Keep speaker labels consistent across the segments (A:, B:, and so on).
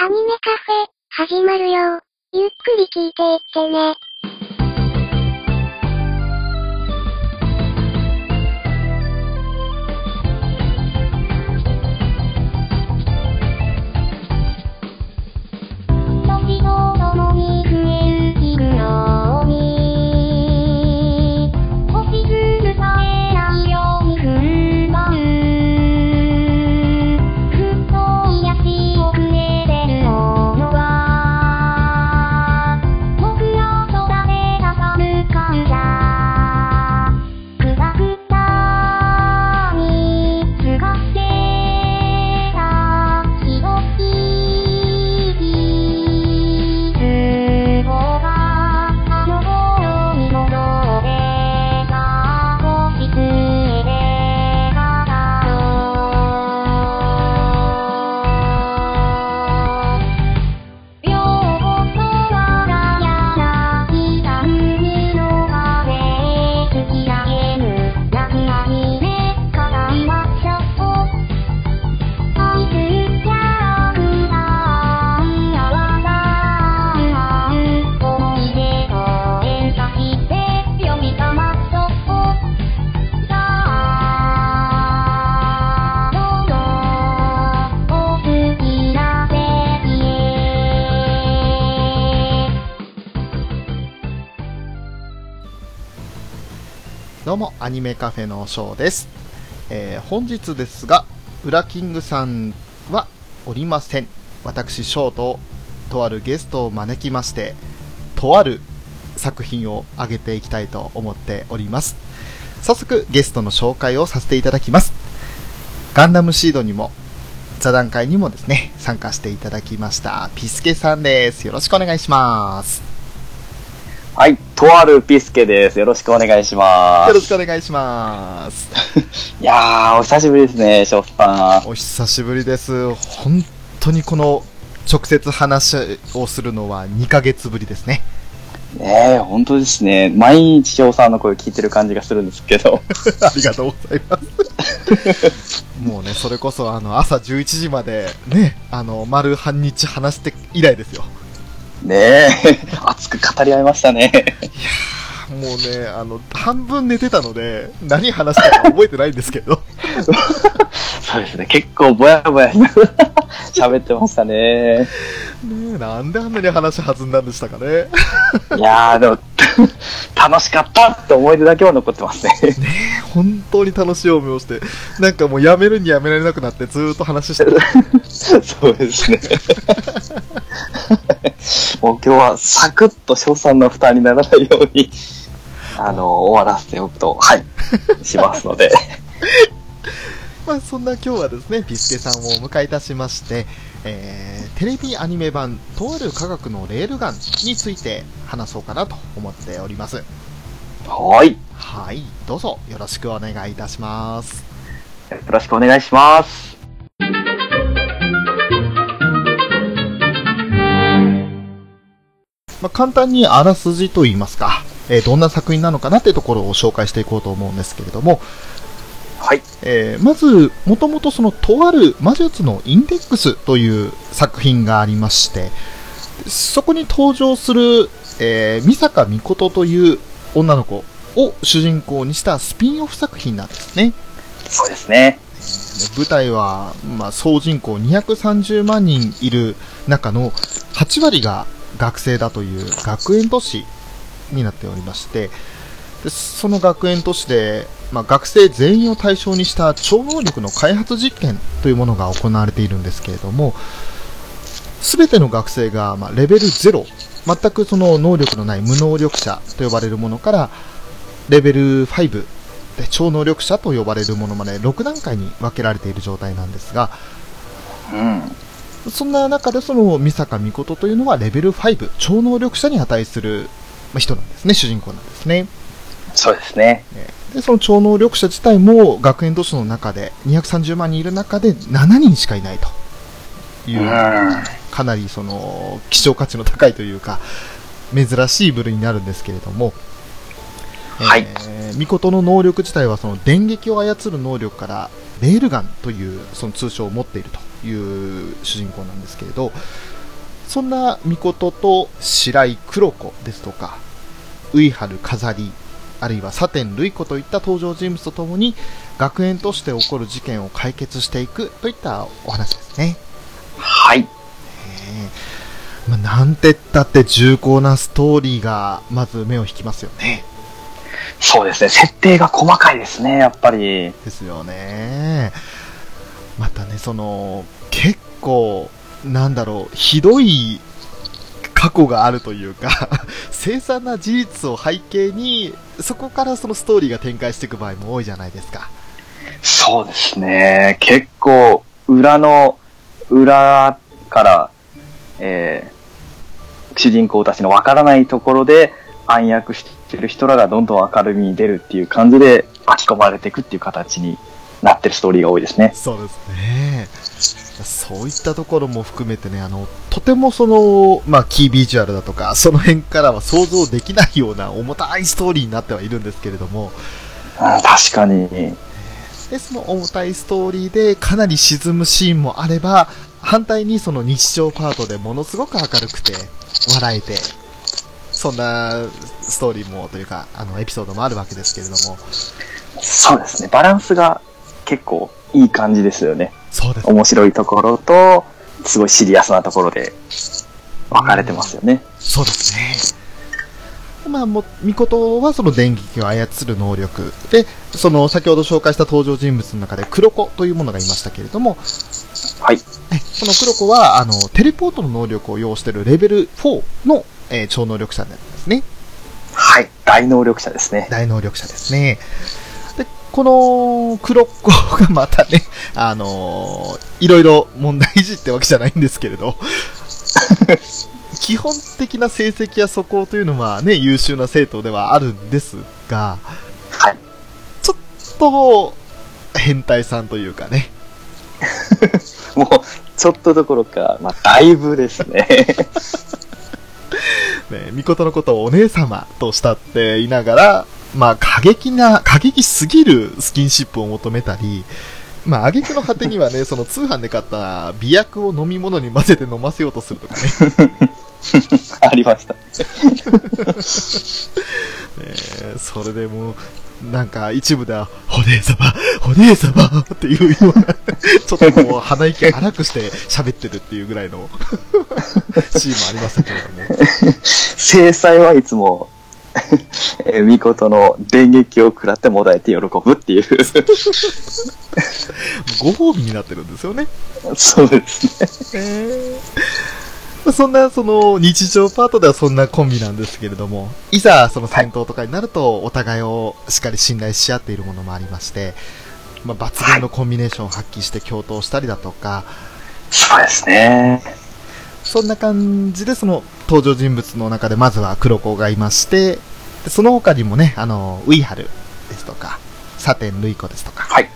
A: アニメカフェ、始まるよ。ゆっくり聞いていってね。時とともに増える日々のに星しずさえないように踏ん張るふっと癒し遅れてるものは僕ら空で挟む感謝くたくたにすがってたひどい傷をがあの頃に戻ってた星つえで語ろう両言はがやらきた海の風突き上げる泣きなみで語りましょう愛するキャラクターやわらかな思い出を演歌して読みかましょう「さあどうぞお好きな席へ」
B: どうも、アニメカフェのショーです。えー本日ですが、ウラキングさんはおりません。私、ショーと、とあるゲストを招きまして、とある作品を上げていきたいと思っております。早速、ゲストの紹介をさせていただきます。ガンダムシードにも、座談会にもですね、参加していただきました、ピスケさんです。よろしくお願いします。
C: はい、とあるピスケです。よろしくお願いしま
B: よろ
C: す。
B: しくお願いします。
C: いやー、お久しぶりですね、ショウさん。
B: お久しぶりです。本当にこの直接話をするのは2ヶ月ぶりですね。
C: ねえ、本当ですね。毎日ショウさんの声聞いてる感じがするんですけど。
B: ありがとうございます。もうね、それこそあの朝11時までね、あの丸半日話して以来ですよ。
C: ねえ、熱く語り合いましたね。
B: もうね、あの半分寝てたので、何話したか覚えてないんですけど、
C: そうですね、結構ぼやぼや 喋ってましたね。
B: ねえなんであんなに話弾んだんでしたかね。
C: いやー、でも、楽しかったって思い出だけは残ってますね。
B: 本当に楽しい思いをして、なんかもうやめるにやめられなくなってずーっと話して
C: そうですね。もう今日はサクッと翔さんの負担にならないように、あの、終わらせておくと、はい、しますので。
B: まあ、そんな今日はですね、ピスケさんをお迎えいたしまして、えーテレビアニメ版、とある科学のレールガンについて話そうかなと思っております。
C: はい。よ
B: はい、どうぞよろしくお願いいたします。
C: ろしくお願いします。
B: まあ、簡単にあらすじといいますか、えーどんな作品なのかなってところを紹介していこうと思うんですけれども、
C: はい。
B: えーまず、もともとそのとある魔術のインデックスという作品がありまして、そこに登場する、えー、美坂美琴という女の子を主人公にしたスピンオフ作品なんですね。
C: そうですね。
B: 舞台は、まあ、総人口230万人いる中の8割が学生だという学園都市になっておりましてでその学園都市で、まあ、学生全員を対象にした超能力の開発実験というものが行われているんですけれども全ての学生が、まあ、レベル0全くその能力のない無能力者と呼ばれるものからレベル5で超能力者と呼ばれるものまで6段階に分けられている状態なんですが
C: うん。
B: そんな中でその美坂美琴というのはレベル5超能力者に値するまあ人なんですね主人公なんですね
C: そうですね。。
B: でその超能力者自体も学園都市の中で230万人いる中で7人しかいないといううんかなりその希少価値の高いというか珍しい部類になるんですけれども、
C: はい
B: えー、コの能力自体はその電撃を操る能力からレールガンというその通称を持っているという主人公なんですけれどそんな御事と白井黒子ですとか、ウイハル飾り、あるいはサテン類子といった登場人物とともに、学園として起こる事件を解決していくといったお話ですね。
C: はい。
B: まあ、なんてったって重厚なストーリーが、まず目を引きますよね。
C: そうですね。設定が細かいですね、やっぱ
B: で
C: り。
B: すよね。またね、その、結構、なんだろう、ひどい過去があるというか、 凄惨な事実を背景に、そこからそのストーリーが展開していく場合も多いじゃないですか。
C: そうですね。結構、裏の、裏から、えー主人公たちのわからないところで暗躍してる人らがどんどん明るみに出るっていう感じで巻き込まれていくっていう形になってるストーリーが多いですね。
B: そうですね。そういったところも含めてね、あの、とてもその、まあ、キービジュアルだとか、その辺からは想像できないような重たいストーリーになってはいるんですけれども、
C: あー確かに。
B: で、その重たいストーリーでかなり沈むシーンもあれば、反対にその日常パートでものすごく明るくて、笑えて、そんなストーリーもというか、あの、エピソードもあるわけですけれども、
C: そうですね。バランスが結構いい感じですよね。
B: そうですね
C: 面白いところと、すごいシリアスなところで分かれてますよね。
B: そうですね。まあ、も、みことはその電撃を操る能力。で、その先ほど紹介した登場人物の中で黒子というものがいましたけれども、
C: はい。
B: えこの黒子は、あの、テレポートの能力を要しているレベル4の、えー超能力者なんですね。
C: はい。大能力者ですね。
B: 大能力者ですね。で、この黒子がまたね、 あのーいろいろ問題児ってわけじゃないんですけれど、 基本的な成績や素行というのはね、優秀な生徒ではあるんですが、
C: はい。
B: ちょっと、変態さんというかね、
C: もう、ちょっとどころか、まあ、だいぶですね。
B: ね、みことのことをお姉様と慕っていながら、まあ、過激な、過激すぎるスキンシップを求めたり、まあ、挙句の果てにはね、その通販で買った美薬を飲み物に混ぜて飲ませようとするとかね、
C: ありました。
B: えーそれでもう、なんか一部では、お姉様、お姉様っていうような、ちょっとこう鼻息荒くして喋ってるっていうぐらいの シーンもありましたけれども。
C: 制裁はいつも、 えー、みことの電撃を食らってもだえて喜ぶっていう。
B: ご褒美になってるんですよね。
C: そうですね。
B: そんな、その、日常パートではそんなコンビなんですけれども、いざ、その戦闘とかになると、お互いをしっかり信頼し合っているものもありまして、まあ、抜群のコンビネーションを発揮して共闘したりだとか、
C: そうですね。
B: そんな感じで、その、登場人物の中で、まずは黒子がいまして、でその他にもね、あの、ウイハルですとか、サテン・ルイコですとか、
C: はい。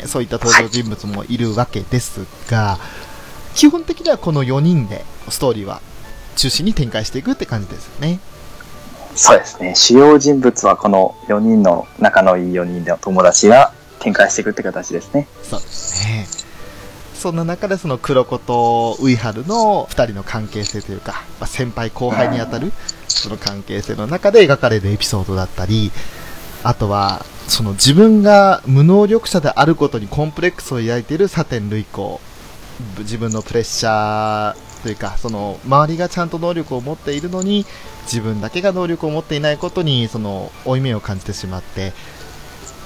B: えーそういった登場人物もいるわけですが、基本的にはこの4人でストーリーは中心に展開していくって感じですよね。
C: そうですね。主要人物はこの4人の、仲のいい4人の友達が展開していくって形ですね。
B: そうですね。そんな中でその黒子とウイハルの2人の関係性というか、まあ先輩後輩にあたるその関係性の中で描かれるエピソードだったり、あとは、その自分が無能力者であることにコンプレックスを抱いているサテン・ルイコ。自分のプレッシャーというか、その周りがちゃんと能力を持っているのに、自分だけが能力を持っていないことに、その負い目を感じてしまって、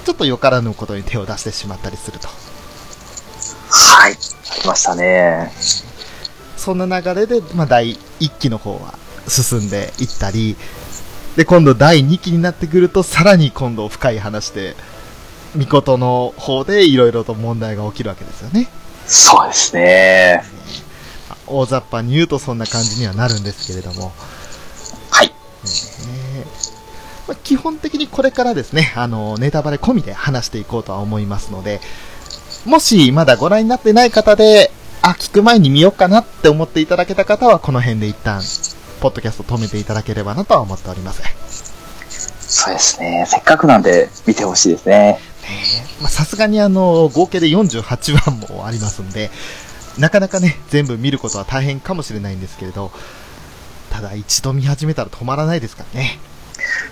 B: ちょっとよからぬことに手を出してしまったりすると。
C: はい。ありましたね。
B: そんな流れで、まあ、第1期の方は進んでいったり、で、今度第2期になってくると、さらに今度深い話で、ミコトの方でいろいろと問題が起きるわけですよね。
C: そうですね。
B: 大雑把に言うとそんな感じにはなるんですけれども、
C: はい。
B: えーまあ、基本的にこれからですね、あの、ネタバレ込みで話していこうとは思いますので、もしまだご覧になってない方で、あ、聞く前に見ようかなって思っていただけた方は、この辺で一旦、ポッドキャスト止めていただければなとは思っております。
C: そうですね。せっかくなんで見てほしいですね。
B: まあさすがにあの、合計で48話もありますんで、なかなかね、全部見ることは大変かもしれないんですけれど、ただ一度見始めたら止まらないですからね。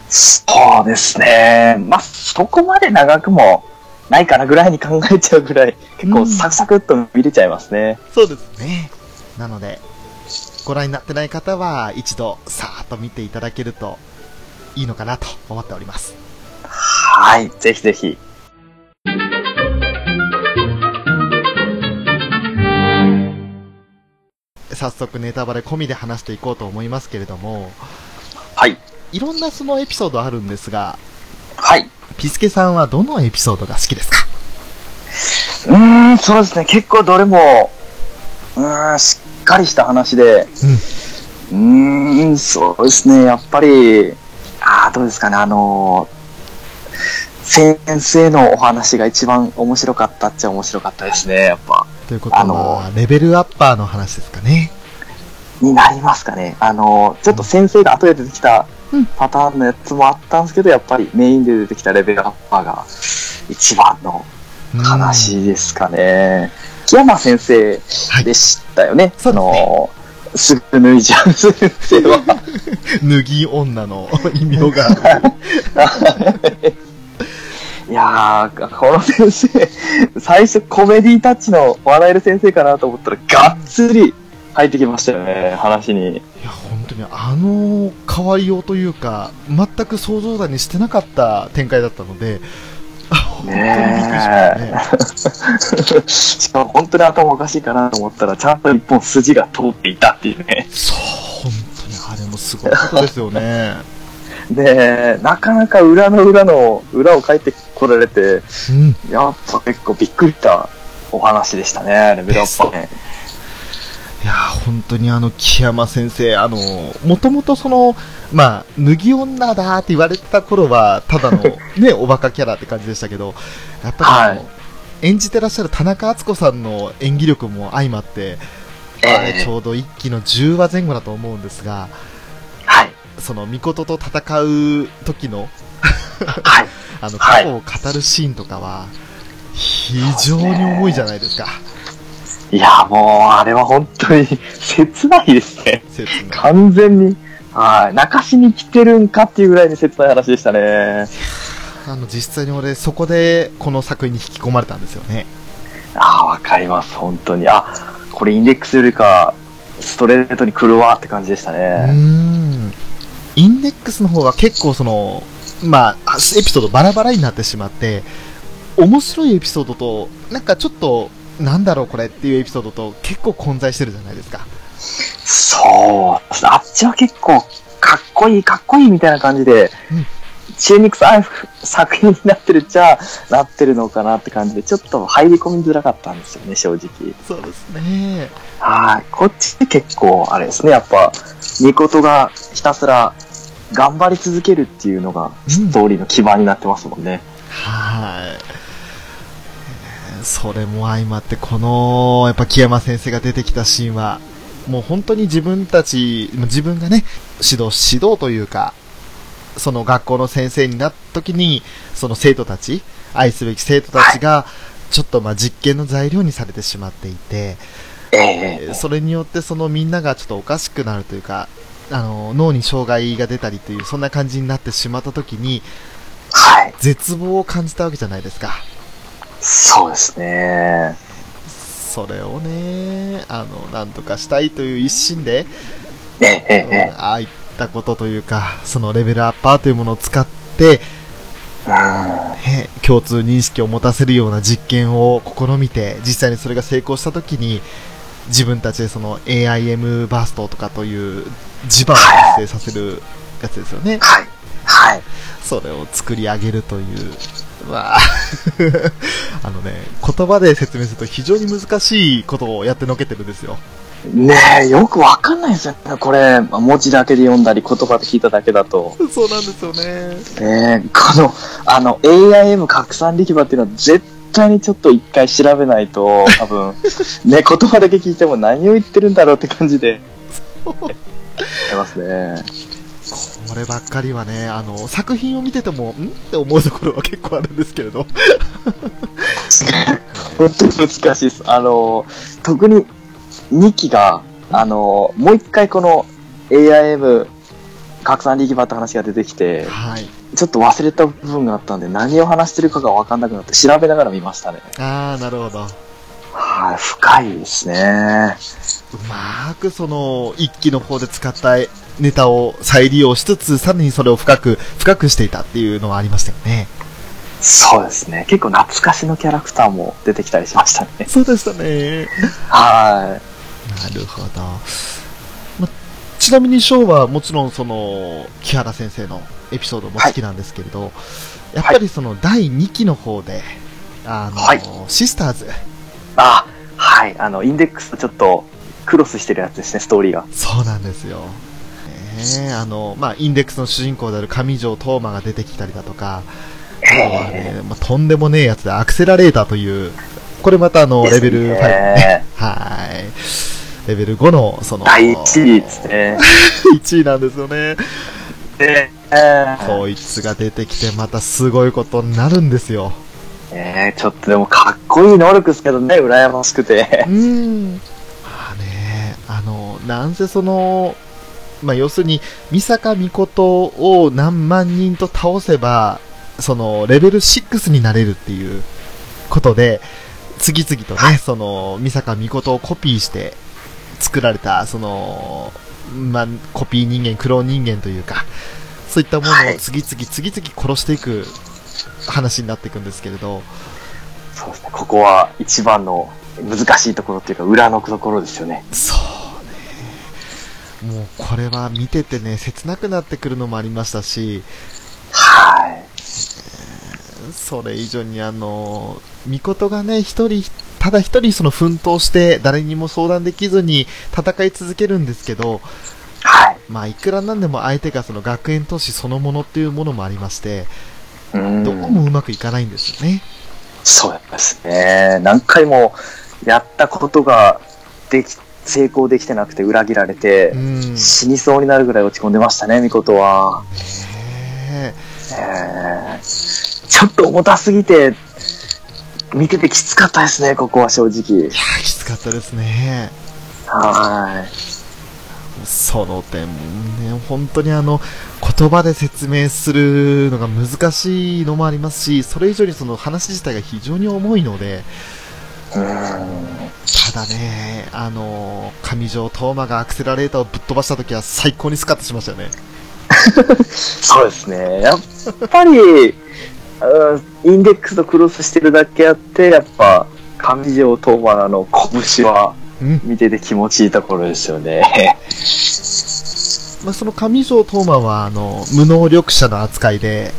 C: そうですね。まあ、そこまで長くもないかなぐらいに考えちゃうぐらい、結
B: う
C: 構
B: ん
C: サクサクっと見れちゃいますね。
B: そうですね。なので、ご覧になってない方は一度さーっと見ていただけるといいのかなと思っております。
C: はい。ぜひぜひ。
B: 早速ネタバレ込みで話していこうと思いますけれども、
C: はい。
B: いろんなそのエピソードあるんですが、
C: はい。
B: ピスケさんはどのエピソードが好きですか
C: うーん、そうですね。結構どれも、うーん、しっかりした話で、うーん、そうですね。やっぱり、ああ、どうですかね。あのー先生のお話が一番面白かったっちゃ面白かったですね。やっぱ。
B: ということは、
C: あの
B: レベルアッパーの話ですかね。
C: になりますかね。あの、ちょっと先生が後で出てきた
B: うん
C: パターンのやつもあったんですけど、やっぱりメインで出てきたレベルアッパーが一番の
B: うん
C: 話ですかね。木山先生
B: はい
C: でしたよね。
B: そうですね
C: あの、すぐ脱いじゃう先生は。
B: 脱ぎ女の異名が。
C: いやー、この先生、最初コメディタッチの笑える先生かなと思ったら、がっつり入ってきましたよね、話に。
B: い や、本当にあの変わりようというか、全く想像だにしてなかった展開だったので、あ本当にびっくりしましたね。
C: しかも本当に頭おかしいかなと思ったら、ちゃんと一本筋が通っていたっていうね。
B: そう、本当にあれもすごいことですよね。
C: で、なかなか裏の裏の裏を書いてこられて、
B: うん。
C: やっぱ結構びっくりしたお話でしたね、レベルアップね。
B: いやー本当にあの木山先生、あのもともとその、まあ、脱ぎ女だって言われてた頃は、た だの、ね、おバカキャラって感じでしたけど、やっぱりあの、
C: は
B: 演じてらっしゃる田中敦子さんの演技力も相まって、あれ
C: ええ
B: ちょうど1期の10話前後だと思うんですが、
C: はい。
B: その、みことと戦う時の、
C: はい。
B: あの、
C: は
B: 過
C: い
B: 去を語るシーンとかは、非常に重いじゃないですか。
C: いや、もう、あれは本当に切ないですね。
B: 切ない。
C: 完全に。はい。泣かしに来てるんかっていうぐらいに切ない話でしたね。
B: あの、実際に俺、そこで、この作品に引き込まれたんですよね。
C: ああ、わかります、本当に。あ、これインデックスよりか、ストレートに来るわって感じでした
B: う
C: ね。
B: ん。インデックスの方は結構その、まあ、エピソードバラバラになってしまって、面白いエピソードと、なんかちょっと、なんだろうこれっていうエピソードと結構混在してるじゃないですか。
C: そう。あっちは結構、かっこいい、かっこいいみたいな感じで、
B: うん
C: 知恵にくさい作品になってるっちゃ、なってるのかなって感じで、ちょっと入り込みづらかったんですよね、正直。
B: そうですね。
C: はい。こっち結構、あれですね、やっぱ、ミコトがひたすら、頑張り続けるっていうのが、ストーリーの基盤になってますもんね。
B: はい。えーそれも相まって、この、やっぱ木山先生が出てきたシーンは、もう本当に自分たち、自分がね、指導、指導というか、その学校の先生になった時に、その生徒たち、愛すべき生徒たちが、ちょっとまあ実験の材料にされてしまっていて、
C: え
B: え
C: え
B: ーそれによってそのみんながちょっとおかしくなるというか、あの、脳に障害が出たりという、そんな感じになってしまった時に、
C: はい。
B: 絶望を感じたわけじゃないですか。
C: そうですね。
B: それをね、あの、なんとかしたいという一心で、
C: ええええええ
B: ああいったことというか、そのレベルアッパーというものを使って、
C: うん
B: ね共通認識を持たせるような実験を試みて、実際にそれが成功したときに、自分たちでその AIM バーストとかという磁場を発生させるやつですよね。
C: はい。はい。
B: それを作り上げるという、まあ、 あのね、言葉で説明すると非常に難しいことをやってのけてるんですよ。
C: ねえ、よくわかんないですよね。これ、まあ文字だけで読んだり、言葉で聞いただけだと。
B: そうなんですよね。
C: ねえ、この、あの、AIM 拡散力場っていうのは絶対にちょっと一回調べないと、多分、ね、言葉だけ聞いても何を言ってるんだろうって感じで。ありますね。
B: こればっかりはね、あの、作品を見てても、んって思うところは結構あるんですけれど。
C: 本当に難しいです。あの、特に2期が、あの、もう一回この AIM 拡散力場って話が出てきて、
B: はい。
C: ちょっと忘れた部分があったんで、何を話してるかがわかんなくなって、調べながら見ましたね。
B: ああ、なるほど。
C: はい、深いですね。
B: うまくその、一期の方で使ったネタを再利用しつつ、さらにそれを深く、深くしていたっていうのはありましたよね。
C: そうですね。結構懐かしのキャラクターも出てきたりしましたね。
B: そうでしたね。
C: は
B: なるほど。ま、ちなみにショーはもちろんその、木原先生のエピソードも好きなんですけれど、やっぱりその第2期の方で、あの、
C: はい
B: シスターズ。
C: い。あ、はい。あの、インデックスとちょっとクロスしてるやつですね、ストーリーが。
B: そうなんですよ。ねえあの、まあ、インデックスの主人公である上条東馬が出てきたりだとか、あとはね、まあ、とんでもねえやつでアクセラレーターという、これまたあの、レベル
C: です
B: 5。
C: ね
B: はい。レベル5の、その、
C: 第1 位ですね。
B: 1位なんですよね。
C: で、えー
B: こいつが出てきてまたすごいことになるんですよ。
C: えーちょっとでもかっこいい能力ですけどね、羨ましくて。
B: うん。まあね、あの、なんせその、まあ要するに、三坂美琴を何万人と倒せば、その、レベル6になれるっていうことで、次々とね、その、三坂美琴をコピーして作られた、その、まあ、コピー人間、クローン人間というか、そういったもの
C: は
B: を
C: い
B: 次々、次々殺していく話になっていくんですけれど、
C: そうですね、ここは一番の難しいところっていうか、裏のところですよね。
B: そうね。もうこれは見ててね、切なくなってくるのもありましたし、
C: はい。
B: それ以上にあの、ミコトがね、一人、ただ一人その奮闘して、誰にも相談できずに戦い続けるんですけど、
C: はい。
B: まあいくらなんでも相手がその学園都市そのものっていうものもありまして、
C: う
B: どこ
C: ん。
B: もうまくいかないんですよね。
C: そうですね。何回もやったことができ、成功できてなくて裏切られて
B: う、ん。ね
C: 死にそうになるぐらい落ち込んでましたね、みことは。
B: え
C: えーちょっと重たすぎて、見ててきつかったですね、ここは正直
B: い。やー、きつかったですね。
C: はい。
B: その点、ね、本当にあの、言葉で説明するのが難しいのもありますし、それ以上にその話自体が非常に重いので、
C: うん
B: ただね、あの、上条東馬がアクセラレーターをぶっ飛ばした時は最高にスカッとしましたよね。
C: そうですね。やっぱり、 うんインデックスとクロスしてるだけあって、やっぱ、上条東馬の拳は
B: うん。
C: 見てて気持ちいいところですよね。
B: まあ、その上条東馬は、あの、無能力者の扱いで、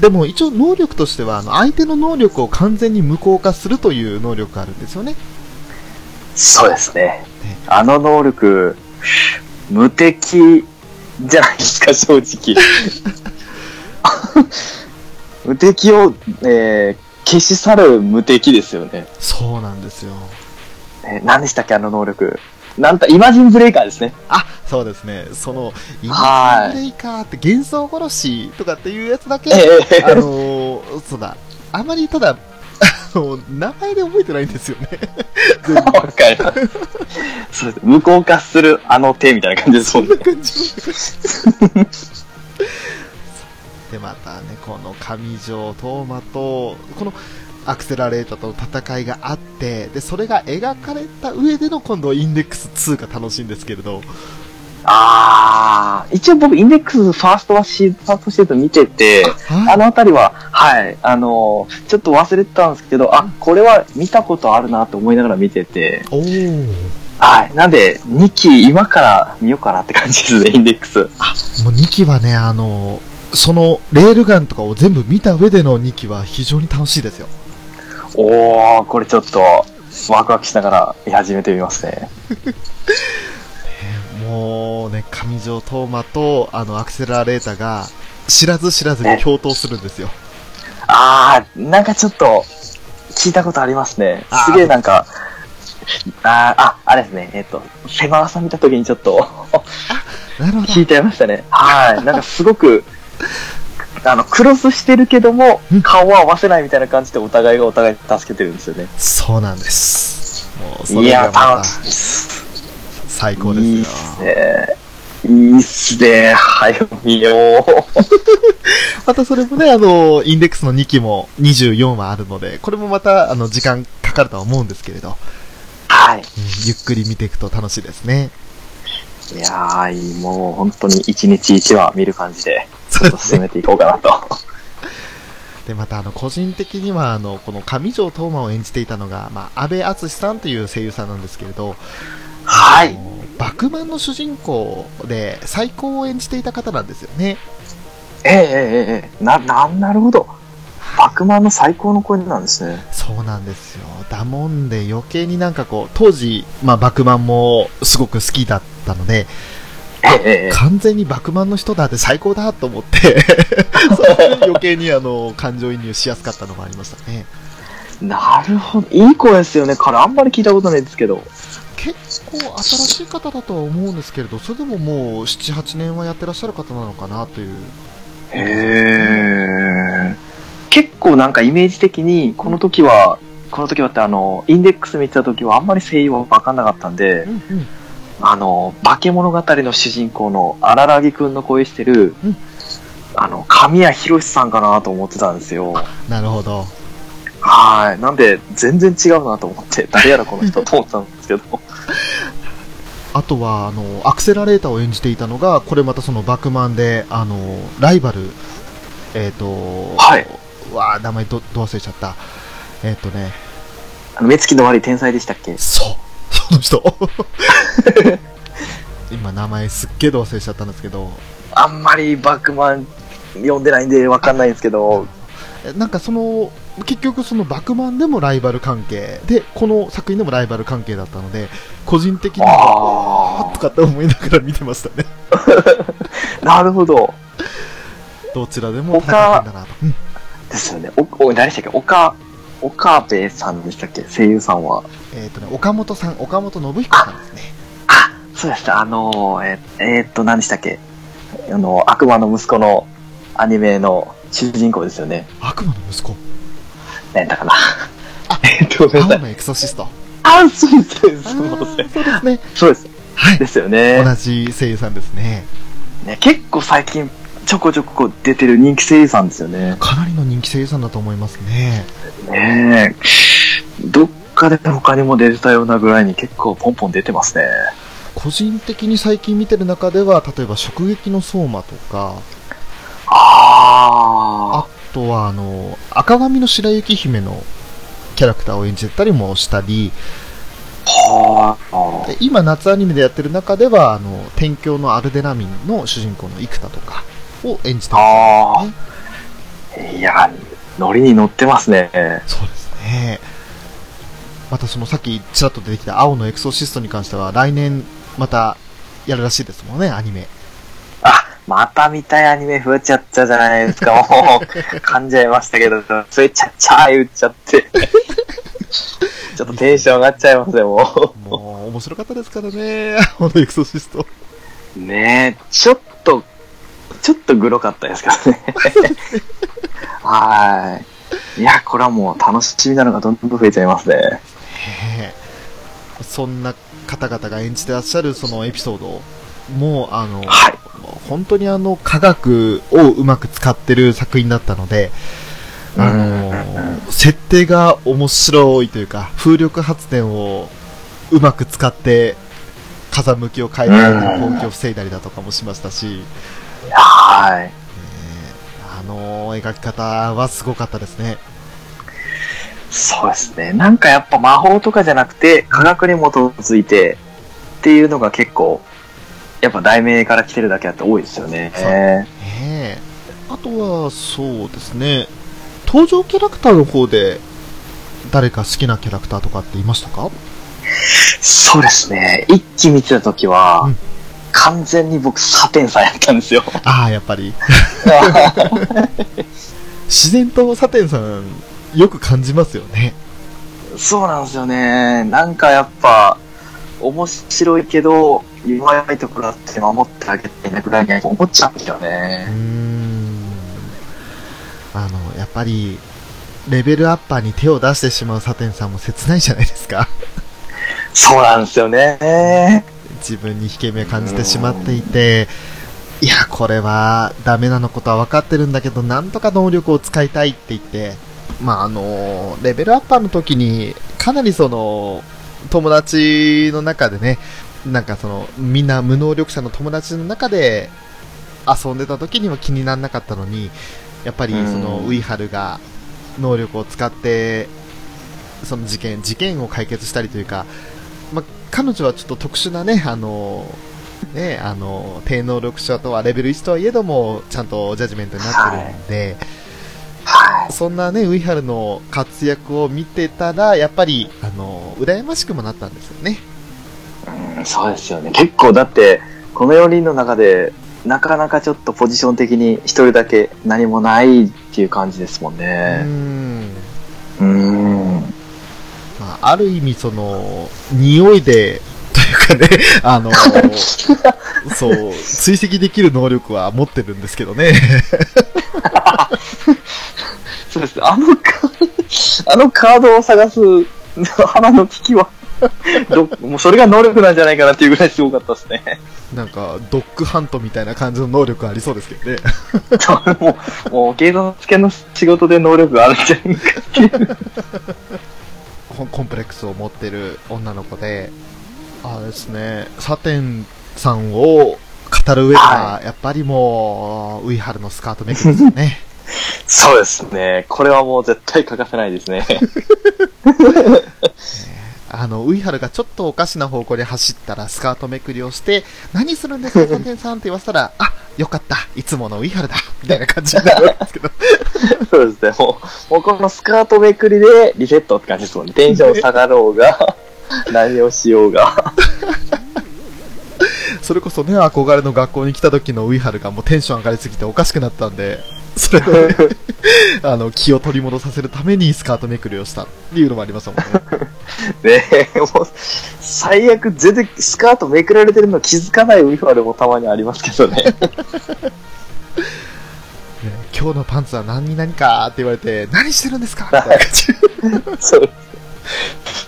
B: でも一応能力としては、あの、相手の能力を完全に無効化するという能力があるんですよね。
C: そうですね。あの能力、無敵じゃないですか、正 直。無敵を、えー消し去る無敵ですよね。
B: そうなんですよ。
C: えー何でしたっけ、あの能力。なんた、イマジンブレイカーですね。
B: あ、そうですね。その、インデ
C: はい
B: ィレイカーって幻想殺しとかっていうやつだけ、
C: えー
B: あのー、そうだ、あまりただ、あの、名前で覚えてないんですよね。
C: わかります。そうです無効化するあの手みたいな感じです
B: そ
C: もん
B: ん
C: ね
B: な。感じ。 で、またね、この上条トーマと、この、アクセラレーターとの戦いがあって、で、それが描かれた上での今度インデックス2が楽しいんですけれど、
C: ああ、一応僕、インデックスファーストはシーファーストシーズン見てて、あのあたりは、はい、あのーちょっと忘れてたんですけど、あ、これは見たことあるなと思いながら見てて、
B: おー、
C: はい、なんで、2期今から見ようかなって感じですね、インデックス。
B: もう2期はね、あの、そのレールガンとかを全部見た上での2期は非常に楽しいですよ。
C: おー、これちょっと、ワクワクしながら見始めてみますね。
B: もうね、上条トーマとあのアクセラレーターが知らず知らずに共闘するんですよ。
C: あー、なんかちょっと、聞いたことありますね。すげえなんか、あー、あ、あれですね、えっと、狭さ見た時にちょっと、
B: なるほど。
C: 聞いちゃいましたね。はい。なんかすごく、あの、クロスしてるけども
B: うん、
C: 顔は合わせないみたいな感じでお互いがお互い助けてるんですよね。
B: そうなんです。もうそ
C: い
B: れ
C: や
B: がま
C: 楽
B: た
C: しいっす。
B: 最
C: い
B: 高ですよ
C: いっすね。いいっすね。はい、見よう。
B: またそれもね、あの、インデックスの2期も24話あるので、これもまた、あの、時間かかるとは思うんですけれど、
C: はい。
B: うんゆっくり見ていくと楽しいですね。
C: いやー、もう本当に一日一話見る感じで、
B: そうです
C: 進
B: ね。
C: めていこうかなと。
B: で、また、あの、個人的には、あの、この上条東馬を演じていたのが、まあ、安倍敦さんという声優さんなんですけれど、
C: は
B: あ
C: い。
B: のバクマンの主人公で、最高を演じていた方なんですよね。
C: ええええええな、な、なるほど。バクマンの最高の声なんですね。
B: そうなんですよ。だもんで余計になんかこう、当時、まあ、バクマンもすごく好きだったので、
C: ええええ
B: 完全にバクマンの人だって最高だと思 って、それで余計にあの、感情移入しやすかったのもありましたね。
C: なるほど。いい声ですよね。からあんまり聞いたことないですけど。
B: 結構新しい方だとは思うんですけれど、それでももう7、8年はやってらっしゃる方なのかなという。
C: へえ。結構なんかイメージ的に、この時は、この時はってあの、インデックス見てた時はあんまり声優はわかんなかったんで
B: う、んうん。
C: あの、化け物語の主人公の荒らぎくんの声してる、
B: うん
C: あの、神谷博さんかなと思ってたんですよ。
B: なるほど。
C: はい。なんで、全然違うなと思って、誰やらこの人と思ってたんですけ ど。
B: あとは、あの、アクセラレーターを演じていたのが、これまたそのバクマンで、あの、ライバル、えっ、と、
C: はい。
B: わあ名前ど、ど忘れちゃった。えっ、とね、
C: あの目つきの悪い天才でしたっけ
B: そう、 その 人。今、名前すっげえ忘れしちゃったんですけど、
C: あんまりバックマン読んでないんでわかんないんですけど、
B: えなんかその、結局そのバクマンでもライバル関係で、この作品でもライバル関係だったので、個人的には、
C: あ
B: とかって思いながら見てました ね。
C: あ、なるほど。
B: どちらでも戦ってんだなと。うん
C: ですよね。お、お、誰でしたっけ岡、岡部さんでしたっけ声優さんは。
B: えっ、とね、岡本さん、岡本信彦さんですね。
C: あ、そうでした。あのー、ええーっと、何でしたっけあの、悪魔の息子のアニメの主人公ですよね。
B: 悪魔の息子。
C: 何だかな
B: あ。
C: えーっと、ごめんな
B: 青
C: さい。
B: のエクソシスト。
C: あ、そうです、そうです。
B: あ
C: すい
B: ー
C: ません
B: そうですね。
C: そうです。
B: はい
C: で。すよね。
B: 同じ声優さんですね。
C: ね、結構最近ちょこちょこ出てる人気声優さんですよね。
B: かなりの人気声優さんだと思いますね。
C: ねえ。どっかで他にも出てたようなぐらいに結構ポンポン出てますね。
B: 個人的に最近見てる中では、例えば、直撃の相馬とか、
C: ああ。
B: あとは、あの、赤髪の白雪姫のキャラクターを演じてたりもしたり、
C: はあ。
B: で今、夏アニメでやってる中では、あの、天京のアルデナミンの主人公の生田とかを演じてます、ね。
C: いや、ノリに乗ってますね。
B: そうですね。また、その、さっきちらっと出てきた青のエクソシストに関しては、来年、また、やるらしいですもんね、アニメ。
C: あ、また見たいアニメ増えちゃったじゃないです か。もう、噛んじゃいましたけど、増えちゃっちゃー言っちゃって。ちょっとテンション上がっちゃいますね、もう。
B: もう、面白かったですからね、 青のエクソシスト。
C: ねえ、ちょっと、ちょっとグロかったですけどね。はーい。いや、これはもう楽しみなのがどんどん増えちゃいますね。
B: ねえそんな方々が演じてらっしゃるそのエピソードもうあの、
C: はい。
B: 本当にあの科学をうまく使ってる作品だったので、あの設定が面白いというか、風力発電をうまく使って風向きを変えたり、
C: うん
B: 攻撃を防いだりだとかもしましたし、
C: はーい。
B: あの描き方はすごかったですね。
C: そうですね。なんかやっぱ魔法とかじゃなくて、科学に基づいてっていうのが結構、やっぱ題名から来てるだけあって多いですよね。
B: そうねえあとはそうですね登場キャラクターの方で誰か好きなキャラクターとかっていましたか
C: そうですね。一気見てた時は、
B: うん
C: 完全に僕サテンさんやったんです よ。
B: ああやっぱり自然とサテンさんよく感じますよね
C: そうなんですよね。なんかやっぱ、面白いけど、弱いところあって守ってあげていなくらいには思っちゃうんですよ
B: う
C: ね
B: ー。んあのやっぱりレベルアッパーに手を出してしまうサテンさんも切ないじゃないですか
C: そうなんですよね。
B: 自分に引け目感じてしまっていて、いや、これはダメなのことは分かってるんだけど、なんとか能力を使いたいって言って、まあ、あの、レベルアッパーの時に、かなりその、友達の中でね、なんかその、みんな無能力者の友達の中で遊んでた時には気にならなかったのに、やっぱりその、
C: うん
B: ウイハルが能力を使って、その事件、事件を解決したりというか、まあ、彼女はちょっと特殊なね、あのね、あの低能力者とはレベル1とはいえども、ちゃんとジャッジメントになってるんで、
C: は
B: そんなね、ウイハルの活躍を見てたら、やっぱり、あの羨ましくもなったんですよね。
C: い。うんそうですよね。結構だって、この4人の中で、なかなかちょっとポジション的に一人だけ何もないっていう感じですもん
B: う
C: ね。
B: ん。
C: うん。
B: まあ、ある意味、その、匂いで、というかね、 あのそう、追跡できる能力は持ってるんですけどね。
C: そうです。あのカード、あのカードを探す花の危機は、どもうそれが能力なんじゃないかなっていうぐらいすごかったですね。
B: なんか、ドッグハントみたいな感じの能力ありそうですけどね。
C: もう、もう、警察系の仕事で能力があるんじゃないかっていう。
B: ココンプレックスを持ってる女の子で、あれですね、サテンさんを語る上では、やっぱりもう、ウイハルのスカートめくりですよね。
C: そうですね。これはもう絶対欠かせないですね。
B: あの、ウイハルがちょっとおかしな方向で走ったら、スカートめくりをして、何するんですか、サテンさんって言わせたら、あ、よかった、いつものウイハルだ、みたいな感じになるんですけど、
C: そうですね。もう、もうこのスカートめくりでリセットって感じですもんね。テンション下がろう が、何をしよう が。
B: それこそね、憧れの学校に来た時のウイハルがもうテンション上がりすぎておかしくなったんで、それで、あの、気を取り戻させるためにスカートめくりをしたっていうのもありましたもんね。
C: ねもう、最悪、全然スカートめくられてるの気づかないウィファルもたまにありますけど ね。
B: ね今日のパンツは何に何かって言われて、何してるんですかみたいな感じ。
C: そうですね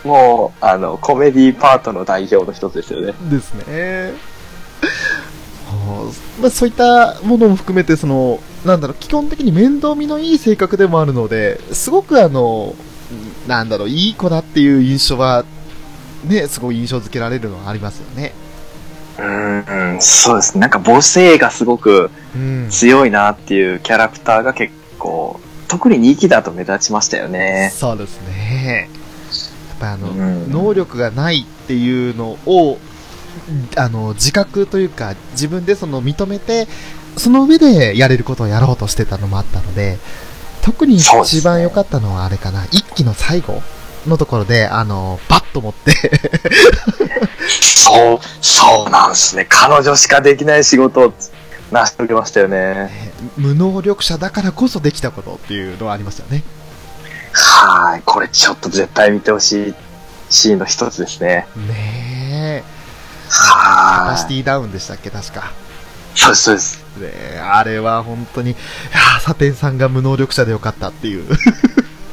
C: もう、あの、コメディパートの代表の一つですよね。
B: ですね。まあ、そういったものも含めて、その、なんだろう、基本的に面倒見のいい性格でもあるので、すごくあの、なんだろう、いい子だっていう印象は、ね、すごい印象付けられるのはありますよね。
C: うーん、そうですね。なんか母性がすごく
B: うん。
C: 強いなっていうキャラクターが結構、特に2期だと目立ちましたよね。
B: そうですね。やっぱあの、
C: うん
B: 能力がないっていうのを、あの、自覚というか、自分でその認めて、その上でやれることをやろうとしてたのもあったので、特に
C: そうですね
B: 一番良かったのはあれかな、一期の最後のところで、あの、バッと持って、
C: そう、そうなんですね。彼女しかできない仕事を成し遂げましたよね。
B: 無能力者だからこそできたことっていうのはありましたよね。
C: はーい。これちょっと絶対見てほしいシーンの一つですね。
B: ねえ。キャパ
C: は
B: シテ
C: ーい。
B: ィダウンでしたっけ、確か。
C: そうです、そうです。
B: ねえあれは本当に、いやあサテンさんが無能力者でよかったって いう。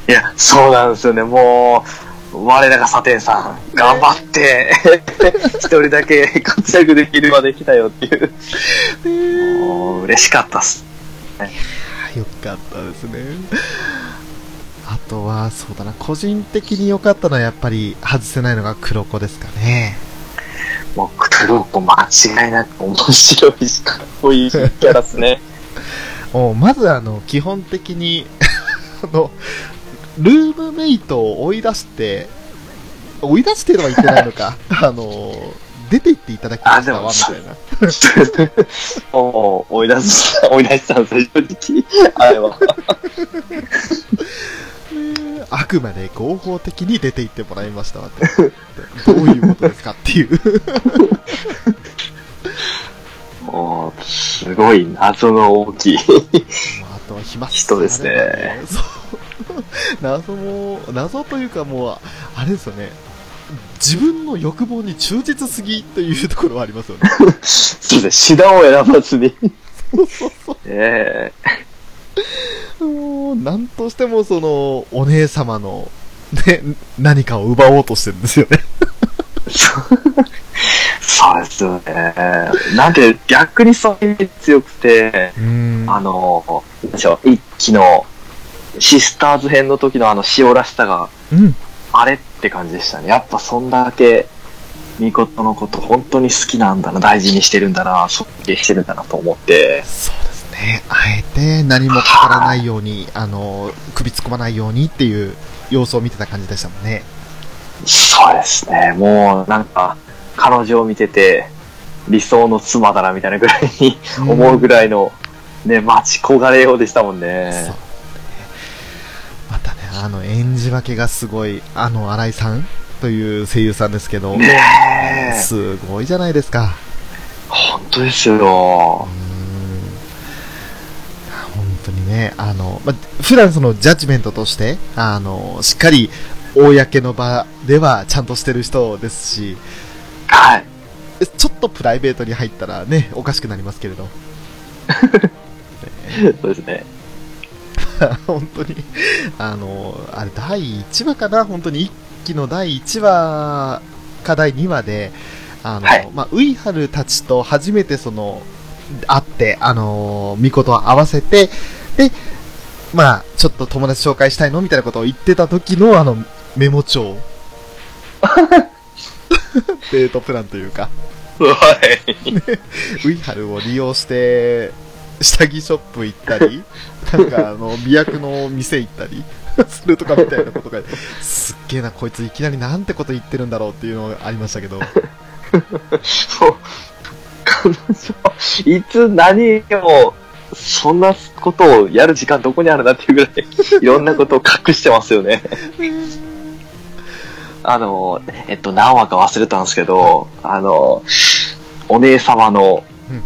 C: いや、そうなんですよね。もう、我らがサテンさん、頑張って、 一人だけ 活躍できるまで来たよっていう。もう嬉しかったっす。
B: よかったですね。あとは、そうだな、個人的に良かったのはやっぱり外せないのが黒子ですかね。
C: もう、黒子間違いなく面白いし、かっこいいキャラっすね。
B: おまず、あの、基本的に、 あの、ルームメイトを追い出して、追い出してとは言ってないのか、 あの、出て行っていただきましたわ、みたいな。
C: もう、追い出す、追い出したんですよ、正直。あれは。
B: あくまで合法的に出て行って もらいましたわって。どういうことですかっていう。
C: もう、すごい謎の大きい。
B: まあ、あとは暇
C: 人ですね
B: あればそう。 謎も、謎というかもう、あれですよね。自分の欲望に忠実すぎというところはありますよね。
C: そうですね、手段を選ばずに。ええ
B: もうなんとしてもその、お姉様の、ね、何かを奪おうとしてるんですよね。
C: そうですよね。なんで、逆にそういう意味で強くて、
B: うん。
C: あの、なんでしょう、一期のシスターズ編の時のあの塩らしさが、
B: うん。
C: あれって感じでしたね。やっぱそんだけ、ミコトのこと本当に好きなんだな、大事にしてるんだな、尊敬してるんだなと思って、
B: そうですね。あえて何も語らないように、あの、首突っ込まないようにっていう様子を見てた感じでしたもんね。
C: そうですね。もうなんか、彼女を見てて、理想の妻だなみたいなぐらいに思うぐらいの、ね、待ち焦がれようでしたもん
B: そう
C: ね。
B: またね、あの、演じ分けがすごい、あの、新井さんという声優さんですけど、
C: ねえ。
B: すごいじゃないですか。
C: 本当ですよ
B: う。ん本当にね、あの、ま、普段そのジャッジメントとして、あの、しっかり、公の場ではちゃんとしてる人ですし、
C: はい。
B: ちょっとプライベートに入ったらね、おかしくなりますけれど。
C: そうですね。
B: 本当に、あの、あれ、第1話かな、本当に、一期の第1話か第2話で、あの、
C: はい
B: まあ、ウイハルたちと初めてその、会って、あの、ミコと会わせて、で、まあ、ちょっと友達紹介したいのみたいなことを言ってた時の、あの、メモ帳。 デートプランというか、
C: はい。
B: ウイハルを利用して、下着ショップ行ったり、なんかあの、美薬の店行ったり、 するとかみたいなことが、すっげえな、こいついきなりなんてこと言ってるんだろうっていうのがありましたけど、
C: そう。彼女、いつ何を、そんなことをやる時間どこにあるなっていうぐらい、いろんなことを隠してますよね。あの、えっと、何話か忘れたんですけど、あの、お姉様の
B: うん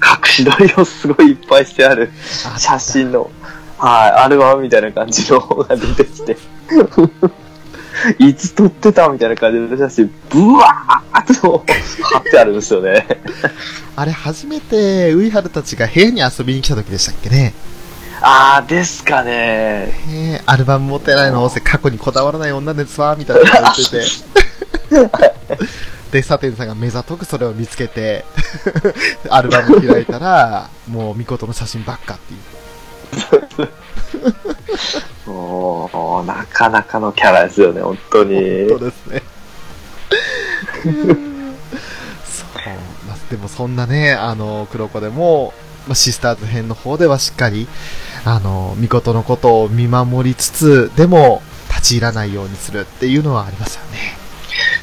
C: 隠し撮りをすごいいっぱいしてある
B: あ
C: 写真の、はい、アルバムみたいな感じのが出てきて、 いつ撮ってたみたいな感じの写真、ブワーッと貼ってあるんですよね。
B: あれ、初めてウイハルたちが部屋に遊びに来た時でしたっけね。
C: あー、ですかね。
B: へえアルバム持ってないの、せ過去にこだわらない女ですわ、みたいなこと言ってて。で、サテンさんが目ざとくそれを見つけて、 アルバム開いたら、もう、ミコトの写真ばっかっていう。
C: もう、なかなかのキャラですよね、本当に。
B: そうですね。 そう、まあ、でもそんなね、あの、黒子でも、まあ、シスターズ編の方ではしっかり、あの、ミコトのことを見守りつつ、でも、立ち入らないようにするっていうのはありますよね。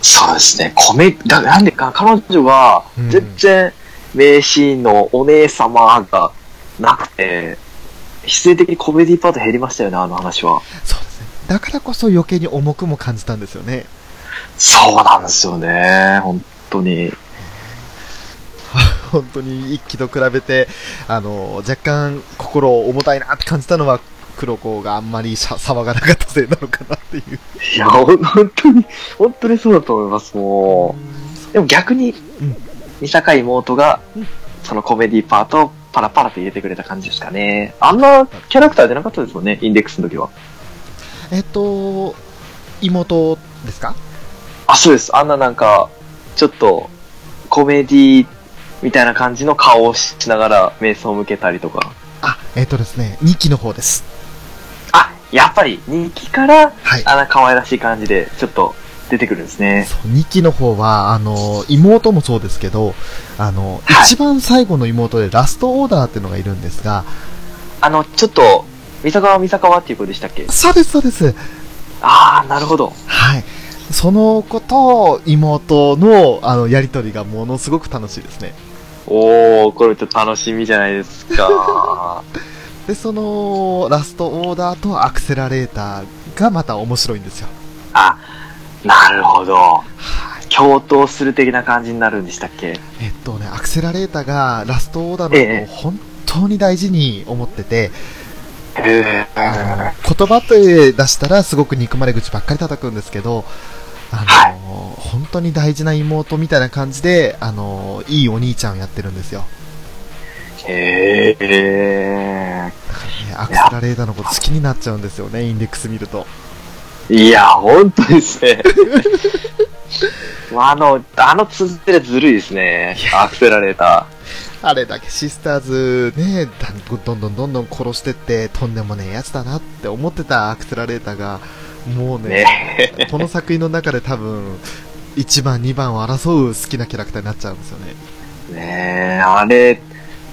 C: そうですね、コメ、だなんでか、彼女は
B: うん、
C: 全然、名シーンのお姉様がなくて、必然的にコメディパート減りましたよね、あの話は。
B: そうですね。だからこそ余計に重くも感じたんですよね。
C: そうなんですよね、本当に。
B: 本当に一期と比べて、あの、若干心重たいなって感じたのは、黒子があんまりしゃ騒がなかったせいなのかなっていう。
C: いや、ほん本当に、本当にそうだと思います、もう。でも逆に
B: うん、
C: 二坂妹が
B: うん、
C: そのコメディパートをパラパラと入れてくれた感じですかね。あんなキャラクターじゃなかったですもんね、インデックスの時は。
B: えっと、妹ですか
C: あ、そうです。あんななんか、ちょっと、コメディみたいな感じの顔をしながら、瞑想を向けたりとか。
B: あ、えっとですね、2期の方です。
C: あ、やっぱり、人気から、
B: はい。
C: あの、可愛らしい感じで、ちょっと、出てくるんですね。
B: そう2期の方は、あの、妹もそうですけど、あの、
C: はい
B: 一番最後の妹でラストオーダーっていうのがいるんですが、
C: あの、ちょっと、三坂は三坂はっていう子でしたっけ
B: そうです、そうです。
C: ああ、なるほど。
B: はい。その子と妹の、あの、やりとりがものすごく楽しいですね。
C: おー、これちょっと楽しみじゃないですか。
B: で、その、ラストオーダーとアクセラレーターがまた面白いんですよ。
C: あ、なるほど。
B: はい。
C: 共闘する的な感じになるんでしたっけ
B: えっとね、アクセラレーターがラストオーダ
C: え
B: ーの
C: え
B: ことを本当に大事に思ってて、
C: へ
B: あ
C: ー。
B: の言葉で出したらすごく憎まれ口ばっかり叩くんですけど、あの、
C: はい
B: 本当に大事な妹みたいな感じで、あの、いいお兄ちゃんをやってるんですよ。
C: へえ。
B: だからね、アクセラレーターのこと好きになっちゃうんですよね、インデックス見ると。
C: いや、本当ですね。あの、あのつってずるいですね。アクセラレータ
B: あれだけシスターズね、だどんどんどんどん殺してって、とんでもねえやつだなって思ってたアクセラレーターが、もう
C: ー。
B: ね、
C: ね
B: この作品の中で多分、1番、2番を争う好きなキャラクターになっちゃうんですよね。
C: ねえ、あれ、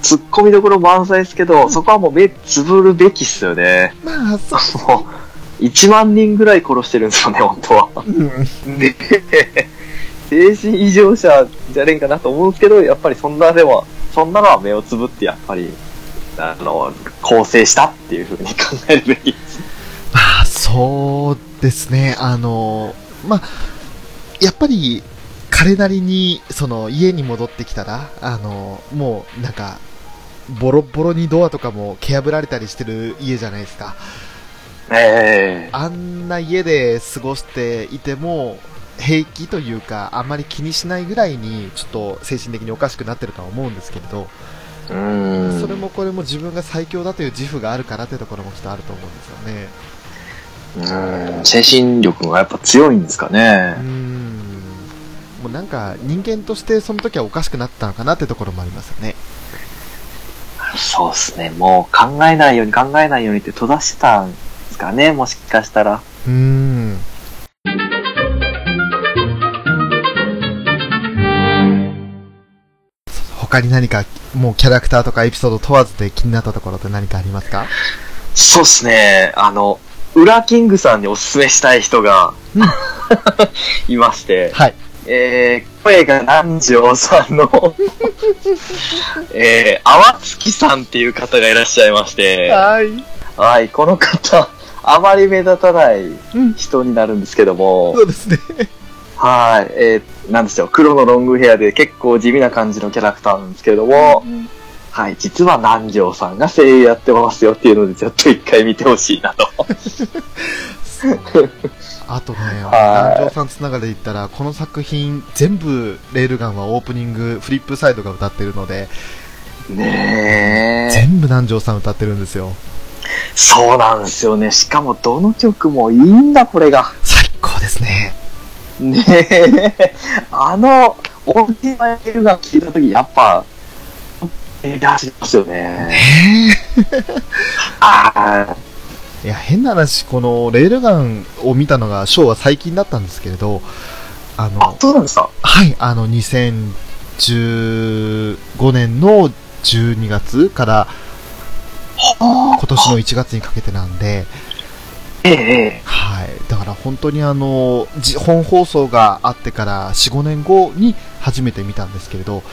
C: 突っ込みどころ満載ですけど、そこはもう目つぶるべきっすよね。
B: まあ、そう。
C: もう、1万人ぐらい殺してるんですよね、本当は。
B: うん
C: で、精神異常者じゃねえかなと思うんですけど、やっぱりそんなでも、そんなのは目をつぶって、やっぱり、あの、構成したっていうふうに考えるべきです。
B: まあ、そうですね。あの、まあ、やっぱり、彼なりに、その、家に戻ってきたら、あの、もう、なんか、ボロボロにドアとかも蹴破られたりしてる家じゃないですか。
C: ええ
B: あんな家で過ごしていても、平気というか、あんまり気にしないぐらいに、ちょっと精神的におかしくなってるとは思うんですけれど、
C: うーん。
B: それもこれも自分が最強だという自負があるからというところもきっとあると思うんですよね。
C: うーん、精神力がやっぱ強いんですか
B: うー
C: ね。
B: んもうなんか人間としてその時はおかしくなったのかなってところもありますよね。
C: そうっすね。もう考えないように考えないようにって閉ざしてたんですかね、もしかしたら。
B: うーん。他に何かもうキャラクターとかエピソード問わずで気になったところって何かありますか
C: そうっすね。あの、ウラキングさんにおすすめしたい人が
B: うん、
C: いまして、
B: はい。
C: えー、声が南條さ んの、えー、淡月さんっていう方がいらっしゃいまして、
B: はい。
C: はい、この方、あまり目立たない
B: うん。
C: 人になるんですけども
B: そ、うですね。
C: はい、えー、なんでしょう、黒のロングヘアで結構地味な感じのキャラクターなんですけれども、はい、実は南條さんが声優やってますよっていうので、ちょっと一回見てほしいなと。
B: あとね、
C: い
B: 南條さんつながりで言ったら、この作品全部レールガンはオープニング、フリップサイドが歌ってるので、
C: ねえ、
B: 全部南條さん歌ってるんですよ。
C: そうなんですよね。しかもどの曲もいいんだ、これが。
B: 最高ですね。
C: ねえ、あの、オーディマイルが聞いたとき、やっぱ、え出しますよね。ああ、
B: いや、変な話、このレールガンを見たのが、ショーは最近だったんですけれど、あ
C: あ
B: の、
C: そうなんですか。
B: はい、あの、2015年の12月から
C: あ
B: 今年の1月にかけてなんで、
C: ええええ、
B: はい、だから本当にあの、じ本放送があってから4、5年後に初めて見たんですけれど、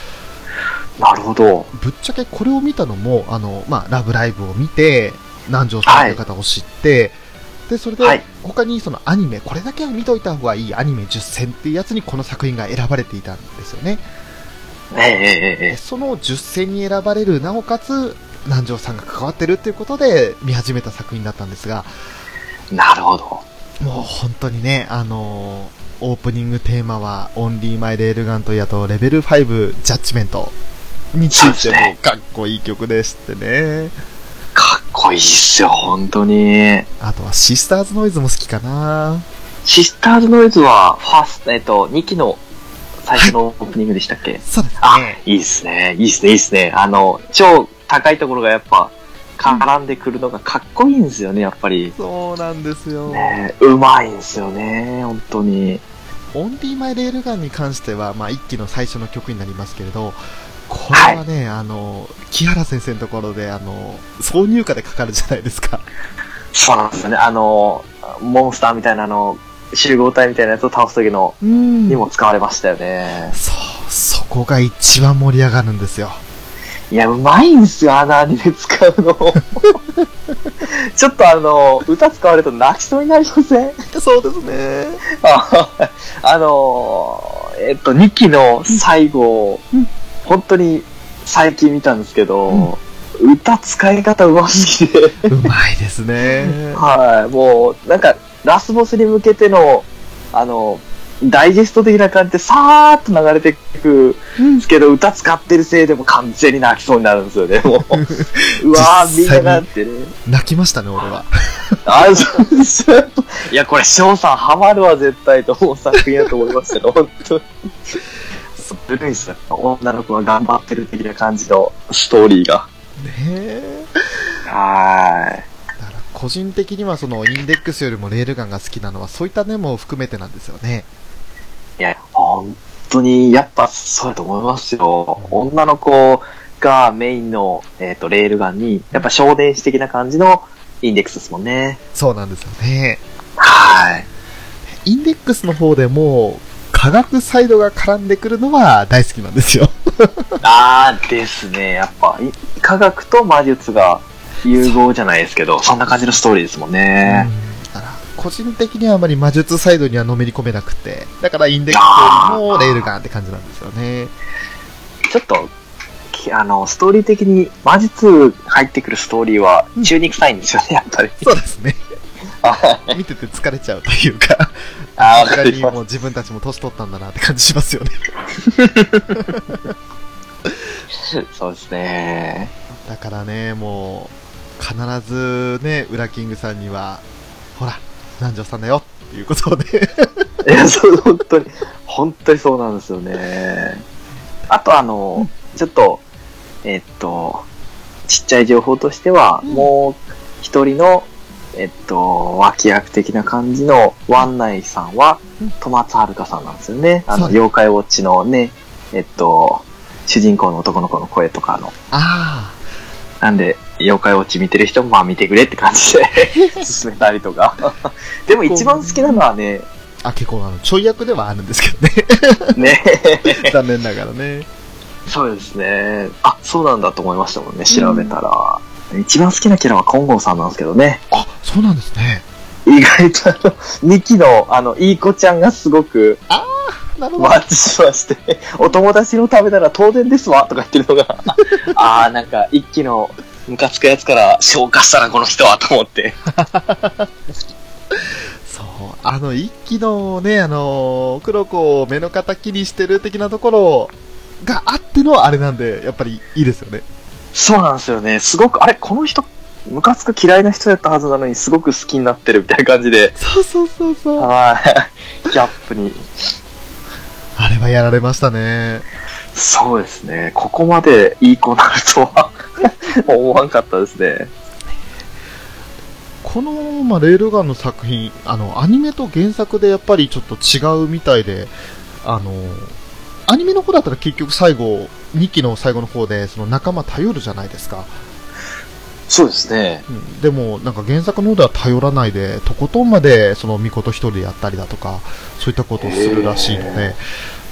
C: なるほど。
B: ぶっちゃけこれを見たのも、あの、まあ、ラブライブを見て、南條さんという方を知って、で、それで、
C: はい
B: 他にそのアニメ、これだけは見といた方がいいアニメ10選っていうやつにこの作品が選ばれていたんですよね。
C: えええええ
B: で
C: え。
B: その10選に選ばれる、なおかつ、南條さんが関わってるっていうことで見始めた作品だったんですが、
C: なるほど。
B: もう本当にね、あのーオープニングテーマは、オンリーマイレールガンとやとレベル5ジャッジメントについてもかっこいい曲でしてね。
C: かっこいいっすよ、本当に。
B: あとはシスターズノイズも好きかな
C: シスターズノイズは、ファースト、えっと、2期の最初のオープニングでしたっけ
B: そうです
C: あ
B: ね。、
C: いいっすね、いいっすね、いいっすね。あの、超高いところがやっぱ、絡んでくるのがかっこいいんですよね、やっぱり。
B: そうなんですよ。
C: ね、うまいんですよね、本当に。
B: オンリーマイレールガンに関しては、まあ一期の最初の曲になりますけれど、これはね、あの、木原先生のところで、あの、挿入歌でかかるじゃないですか。
C: そうなんですよね、あの、モンスターみたいなあの、集合体みたいなやつを倒す時の、
B: うん
C: にも使われましたよね。
B: そう、そこが一番盛り上がるんですよ。
C: いや、うまいんすよ、あのアニメ使う の。ちょっとあの、歌使われると泣きそうになりません
B: そうですね。
C: ああの、えっと、2期の最後、
B: うん
C: 本当に最近見たんですけど、歌使い方うますぎて、
B: うまいですね。
C: はい、もう、なんか、ラスボスに向けての、あの、ダイジェスト的な感じでさーっと流れていく
D: うん
C: んですけど、歌使ってるせいでもう完全に泣きそうになるんですよ ね、もう。うわー、
B: 実
C: みん
B: 際
C: な
B: に
C: なってね。
B: 泣きましたね、俺は。
C: あ、そうそう。いや、これ、翔さんハマるわ、絶対と思う作品だと思いましたね、本当に。ずるいっ すね女の子が頑張ってる的な感じのストーリーが。
B: ねえ。
C: は
B: だから、個人的にはその、インデックスよりもレールガンが好きなのは、そういったねも含めてなんですよね。
C: ーい。いや、本当に、やっぱそうだと思いますよ。女の子がメインの、えっとレールガンに、やっぱ少年誌的な感じのインデックスですもんね。
B: そうなんですよね。
C: はい。
B: インデックスの方でも、科学サイドが絡んでくるのは大好きなんですよ。
C: あーですね、やっぱ、い科学と魔術が融合じゃないですけど、そんな感じのストーリーですもんね。
B: だから個人的にはあまり魔術サイドにはのめり込めなくて、だからインデックスよりもレールガンって感じなんですよね。
C: ちょっと、きあの、ストーリー的に魔術入ってくるストーリーは
B: うん
C: 中肉臭いんですよね、やっぱり。
B: そうですね。
C: あ
B: 見てて疲れちゃうというか、
C: あー、わ
B: さす
C: か
B: が
C: り
B: に
C: ま
B: もう自分たちも年取ったんだなって感じしますよね。
C: す。 そうですね。
B: だからね、もう、必ずね、ウラキングさんには、ほら、南條さんだよっていうことをね、
C: いや、そう、本当に、本当にそうなんですよね。あと、あの、ちょっと、えっと、ちっちゃい情報としては、もう一人の、えっと、脇役的な感じの湾内さんは
B: うん、
C: 戸松遥さんなんですよね。あの、
B: そうです
C: 妖怪ウォッチのね、えっと、主人公の男の子の声とかの。
B: あ
C: なんで、妖怪ウォッチ見てる人も、まあ見てくれって感じで 進めたりとか。でも一番好きなの はね、
B: あ、あ、結構あの、ちょい役ではあるんですけどね。
C: ね、
B: 残念ながらね。
C: そうですね。あ、そうなんだと思いましたもんね、調べたら。一番好きなキャラは金剛さんなんですけどね。
B: あ、そうなんですね。
C: 意外とあの、2期 のあの、いい子ちゃんがすごく
B: なるほ
C: マ
B: ど。
C: ッチしまして、 お友達のためなら当然ですわとか言ってるの が、あーなんか一期のムカつくやつから消化したな、この人はと思って。
B: そう。あの、一気のね、あの、黒子を目の敵にしてる的なところがあってのあれなんで、やっぱりいいですよね。
C: そうなんですよね。すごく、あれ、この人、ムカつく嫌いな人やったはずなのに、すごく好きになってるみたいな感じ で、
B: そうそうそうそう。
C: はい。ギャップに
B: あれはやられましたね。
C: そうですね。ここまでいい子になるとは 思わんかったですね。
B: この、まあ、レールガンの作品、あの、アニメと原作でやっぱりちょっと違うみたいで、あの、アニメの方だったら結局最後、2期の最後の方で、その仲間頼るじゃないですか。
C: そうですね。
B: うんでも、なんか原作の方では頼らないで、とことんまで、その、みこと一人でやったりだとか、そういったことをするらしいので、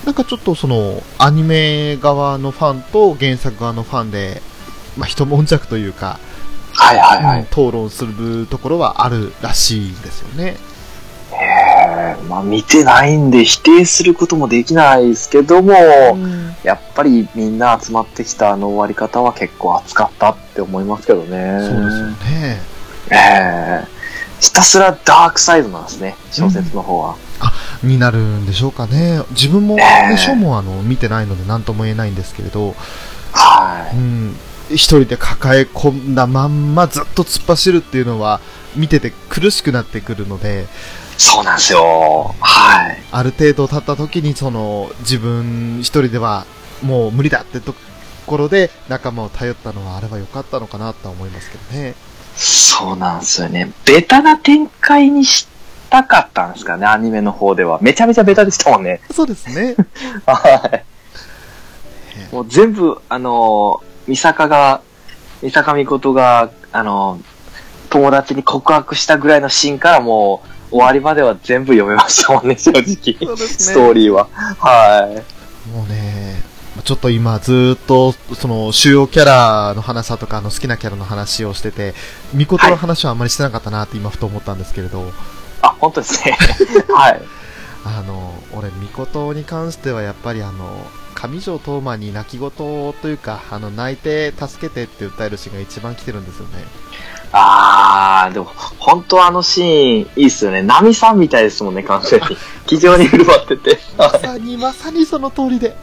B: なんかちょっとその、アニメ側のファンと原作側のファンで、まあ、一悶着というか、
C: はいは
B: うん。討論するところはあるらしいんですよね。
C: へえまあ見てないんで否定することもできないですけども、やっぱりみんな集まってきたあの終わり方は結構熱かったって思いますけどね。
B: そうですよね。
C: ええひたすらダークサイドなんですね、小説の方は。
B: になるんでしょうかね。自分も、
C: え
B: ね、
C: え
B: 書もあの、見てないので何とも言えないんですけれど、
C: は
B: う
C: い。
B: ん、一人で抱え込んだまんまずっと突っ走るっていうのは、見てて苦しくなってくるので、
C: そうなんですよ。はい。
B: ある程度経った時に、その、自分一人ではもう無理だってところで仲間を頼ったのはあれば良かったのかなとは思いますけどね。
C: そうなんですよね。ベタな展開にしたかったんですかね、アニメの方では。めちゃめちゃベタでしたもんね。
B: そうですね。
C: はい。もう全部、あのー、美坂が、美坂美琴が、あのー、友達に告白したぐらいのシーンからもう、終わりまでは全部読めましたもんね、正直。
B: そうです
C: ス
B: ね。
C: トーリーは。はい。
B: もうね、ちょっと今ずーっと、その、主要キャラの話だとか、あの、好きなキャラの話をしてて、ミコトの話はあんまりしてなかったなって今ふと思ったんですけれど、
C: あ、本当 ですね。はい。
B: あの、俺、ミコトに関してはやっぱりあの、上条東馬に泣き言というか、あの、泣いて、助けてって訴えるシーンが一番来てるんですよね。
C: ああ、でも、本当あのシーン、いいっすよね。ナミさんみたいですもんね、完 全に。非常に振る舞ってて。
B: まさに、まさにその通りで。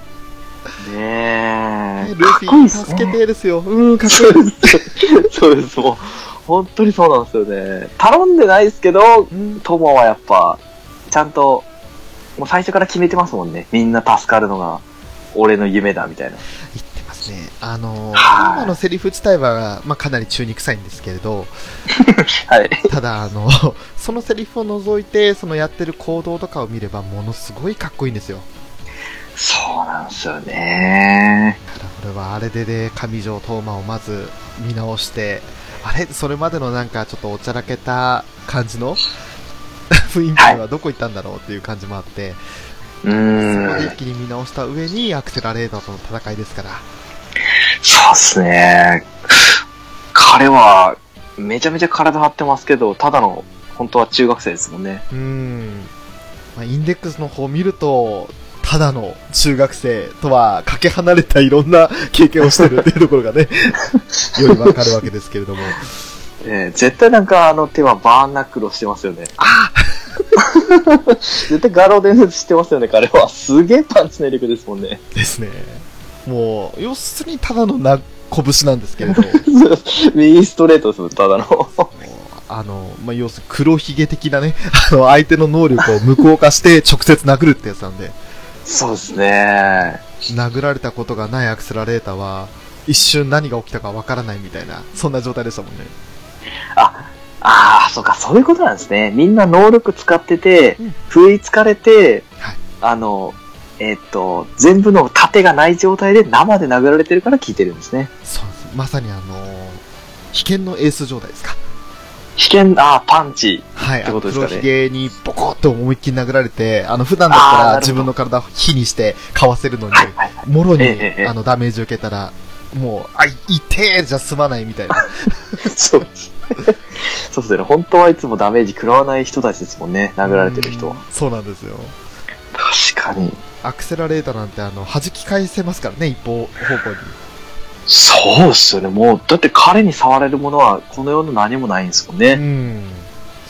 C: ね
B: ね
C: え。
B: ル
C: か
B: フ
C: っこいい
B: ィ、
C: っす
B: 助
C: ね
B: けてですよ。うん、かっこ
C: そ
B: いうい。
C: です。そうです、もう。本当にそうなんですよね。頼んでないですけど、
B: うん、
C: 友はやっぱ、ちゃんと、もう最初から決めてますもんね。みんな助かるのが、俺の夢だ、みたいな。
B: 言ってますね。あのー、
C: はい
B: 今のセリフ自体は、まあ、かなり中肉臭いんですけれど、
C: はい。
B: ただ、あの、 そのセリフを除いて、そのやってる行動とかを見れば、ものすごいかっこいいんですよ。
C: そうなんですよね。
B: ただ、俺はあれでで、上条東馬をまず見直して、あれそれまでのなんかちょっとおちゃらけた感じの 雰囲気はどこ行ったんだろうっていう感じもあって、
C: う
B: そこ
C: ー
B: で
C: ん
B: 一。気に見直した上にアクセラレーターとの戦いですから、
C: そうっすね。彼は、めちゃめちゃ体張ってますけど、ただの、本当は中学生ですもんね。
B: うーん、まあ、インデックスの方を見ると、ただの中学生とはかけ離れたいろんな経験をしてるっていうところがね、よりわかるわけですけれども、
C: えー絶対なんかあの手はバーンナックルをしてますよね。 絶対画廊伝説してますよね、彼は。すげえパンチの威力ですもんね。
B: ですね。もう、要するにただのな拳なんですけれど、もう
C: 右ストレートですよ、ただの。
B: あの、まあ、要するに黒ひげ的なね、 あの、相手の能力を無効化して直接殴るってやつなんで、
C: そうですね。
B: 殴られたことがないアクセラレーターは、一瞬何が起きたかわからないみたいな、そんな状態でしたもんね。
C: あ、ああ、そうか、そういうことなんですね。みんな能力使ってて
B: うん、
C: 不意つかれて、
B: はい
C: あの、えっと、全部の盾がない状態で生で殴られてるから効いてるんですね。
B: そうです。まさにあのー、危険のエース状態ですか。
C: 危険、ああ、パ ンチ。
B: はい。
C: ってことですかね
B: あの黒ひげにボコッと思いっきり殴られて、あの、普段だった
C: あー
B: ら
C: なるほど
B: 自分の体を火にしてかわせるのに、
C: はいはいはい。
B: もろに、
C: ええええ
B: あの、ダメージ受けたら、もう、あ、いてーじゃ済まないみたいな。
C: そうですね。そうですね。本当はいつもダメージ食らわない人たちですもんね。殴られてる人
B: う
C: は
B: ん。。そうなんですよ。
C: 確かに。
B: アクセラレーターなんて、あの、弾き返せますからね、一方方向に。
C: そうっすよね。もう、だって彼に触れるものは、この世の何もないんですもん
B: う
C: ね。
B: ん。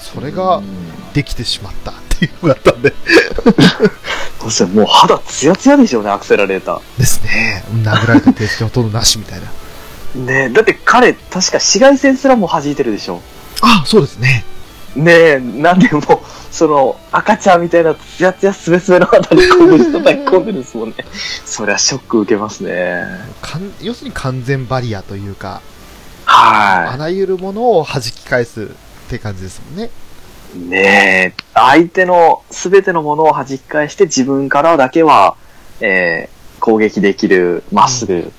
B: それが
C: うん、
B: できてしまったっていうのがあったんで。
C: そうっすよもう肌ツヤツヤでしょうね、アクセラレータ
B: ですね。殴られた形式ほとんどなしみたいな。
C: ー。ねえ、だって彼、確か紫外線すらもう弾いてるでしょ。
B: あ、そうですね。
C: ねえ、なんでもう、その、赤ちゃんみたいなツヤツヤスベスベの肌に拳叩き込んでるんですもんね。そりゃショック受けますね。
B: かん要するに完全バリアというか、
C: はい。
B: あらゆるものを弾き返すって感じですもんね。
C: ねえ、相手の全てのものを弾き返して自分からだけは、えー攻撃できる、まっすぐ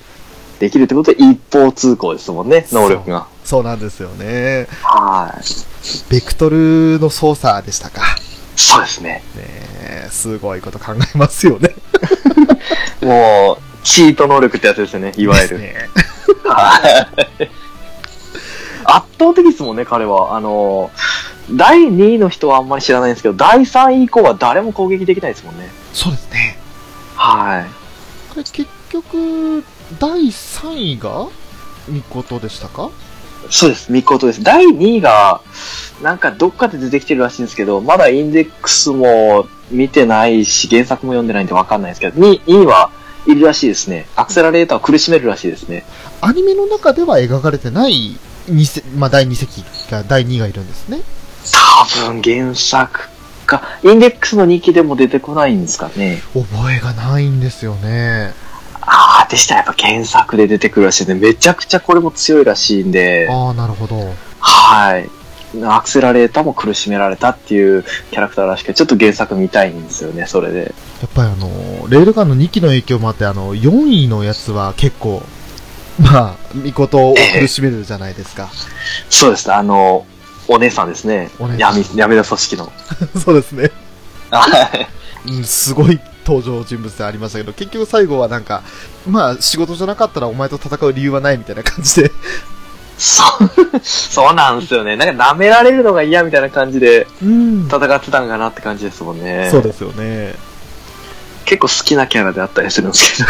C: できるってことで一方通行ですもんね、能力が。
B: そうなんですよね。
C: はい。
B: ベクトルの操作でしたか。
C: そうですね。
B: ねえすごいこと考えますよね。
C: もう、チート能力ってやつですよね、いわゆ
B: で
C: る。
B: すね
C: はい圧倒的ですもんね、彼は。あの、第2位の人はあんまり知らないんですけど、第3位以降は誰も攻撃できないですもんね。
B: そうですね。
C: はい。
B: これ結局、第3位がミコトでしたか
C: そうです、ミコトです。第2位が、なんかどっかで出てきてるらしいんですけど、まだインデックスも見てないし、原作も読んでないんでわかんないですけど、2, 位はいるらしいですね。アクセラレーターを苦しめるらしいですね。
B: アニメの中では描かれてない二世まあ、第2席が、第2がいるんですね。
C: 多分原作か、インデックスの2期でも出てこないんですかね。
B: 覚えがないんですよね。
C: あー、でしたらやっぱ原作で出てくるらしいですね。めちゃくちゃこれも強いらしいんで、
B: ああ、なるほど。
C: はい。アクセラレーターも苦しめられたっていうキャラクターらしくて、ちょっと原作見たいんですよね、それで。
B: やっぱりあの、レールガンの2期の影響もあって、あの、4位のやつは結構、まあ、見事を苦しめるじゃないですか。
C: そうですね、あの、お姉さんですね
B: お。姉さん
C: 闇、闇の組織の。
B: そうですね。
C: はい
B: うん、すごい登場人物でありましたけど、結局最後はなんか、まあ、仕事じゃなかったらお前と戦う理由はないみたいな感じで、
C: そう、 そうなんですよね。なんか舐められるのが嫌みたいな感じで
B: うん
C: 戦ってたんかなって感じですもんね。
B: そうですよね。
C: 結構好きなキャラであったりするんです けど。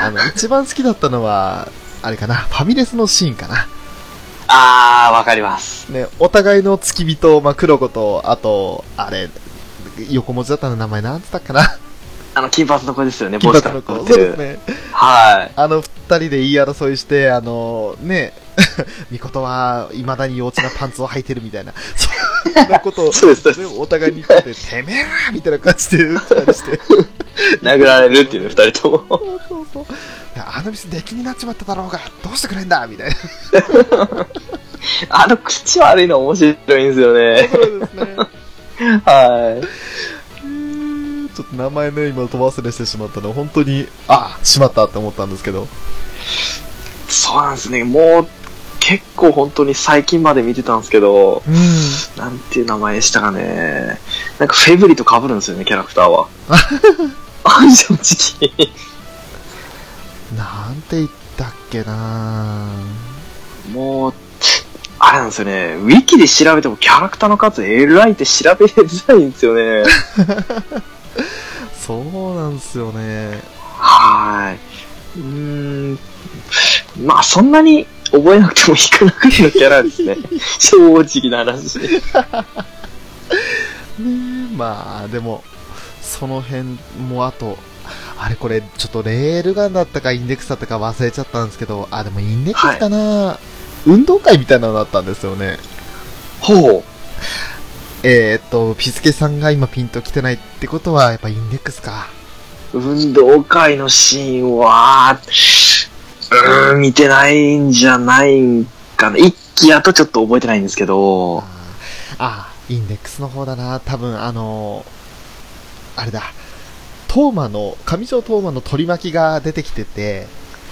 B: あの、一番好きだったのは、あれかな、ファミレスのシーンかな。
C: あー、わかります。
B: ね、お互いの付き人、まあ、黒子と、あと、あれ、横文字だったの名前なんつったか な
C: あの、金髪の子ですよね、
B: 金
C: 帽子
B: 髪
C: か
B: の
C: ぶ
B: 子。そうで
C: って
B: す
C: る。
B: ね。
C: はい。
B: あの二人で言い争いして、あの、ね、 みことは、未だに幼稚なパンツを履いてるみたいな、そんなことを、
C: そうですそうで
B: ねお互いに言ってて、てめえらみたいな感じで打ったりして。
C: 殴られるっていうね、二人とも。
B: そうそうそう。あの店出禁になっちまっただろうが、どうしてくれんだみたいな。
C: あの、口悪いの面白いんですよ ね。
B: そうですね。
C: はい。
B: ちょっと名前ね、今飛ば忘れしてしまったの、本当に、あ、しまったって思ったんですけど。
C: そうなんですね。もう、結構本当に最近まで見てたんですけど、
B: うん。
C: なんていう名前でしたかね。なんかフェブリと被るんですよね、キャラクター は。あ、正直。
B: なんて言ったっけな
C: もう、あれなんですよね。ウィキで調べてもキャラクターの数えらいって調べづらいんですよね。
B: そうなんですよね。
C: はーい。うーん。まあ、そんなに覚えなくてもいいかなくらいのキャラですね。正直な話。
B: ねえまあでもその辺もあとあれこれちょっとレールガンだったかインデックスだったか忘れちゃったんですけどあでもインデックスかな、運動会みたいなのだったんですよね
C: ほう。
B: えー、っとピスケさんが今ピンと来てないってことはやっぱインデックスか
C: 運動会のシーンは、うーん、見てないんじゃないんかな。一期やとちょっと覚えてないんですけど、
B: あーあーインデックスの方だな多分あのーあれだトーマの上条トーマの取り巻きが出てきてて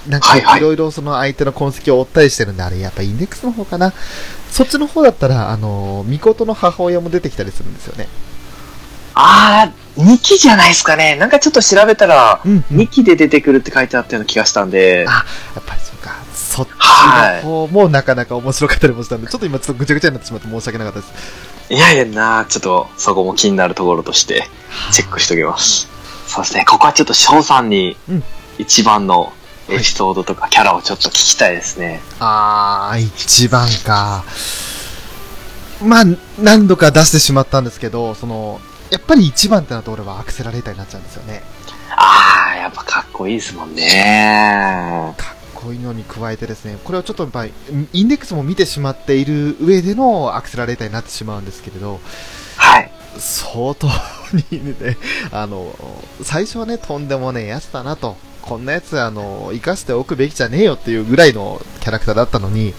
B: なん
C: はいは
B: か
C: い
B: いろいろその相手の痕跡を追ったりしてるんで、あれやっぱインデックスの方かなそっちの方だったらあのー巫女の母親も出てきたりするんですよね
C: あー、2期じゃないですかね。なんかちょっと調べたら、
B: うん、うん、
C: 2
B: や
C: 期で出てくるって書いてあったような気がしたんで、
B: あっぱりそうかそっち
C: はい
B: の方もなかなか面白かったりもしたんでちょっと今ちょっとぐちゃぐちゃになってしまって申し訳なかったです
C: いやいやな、ちょっとそこも気になるところとして、チェックしておきます。そうですね、ここはちょっと翔さんに
B: うん、
C: 一番のエピソードとかキャラをちょっと聞きたいですね。
B: あー、一番か。まあ、何度か出してしまったんですけど、その、やっぱり一番ってなると俺はアクセラレーターになっちゃうんですよね。
C: あー、やっぱかっこいいですもんね。
B: かっこいいのに加えてですね、これはちょっとやっぱり、インデックスも見てしまっている上でのアクセラレーターになってしまうんですけれど、
C: はい。
B: 相当にね、あの、最初はね、とんでもねえやつだなと。こんなやつ、あの、生かしておくべきじゃねえよっていうぐらいのキャラクターだったのに、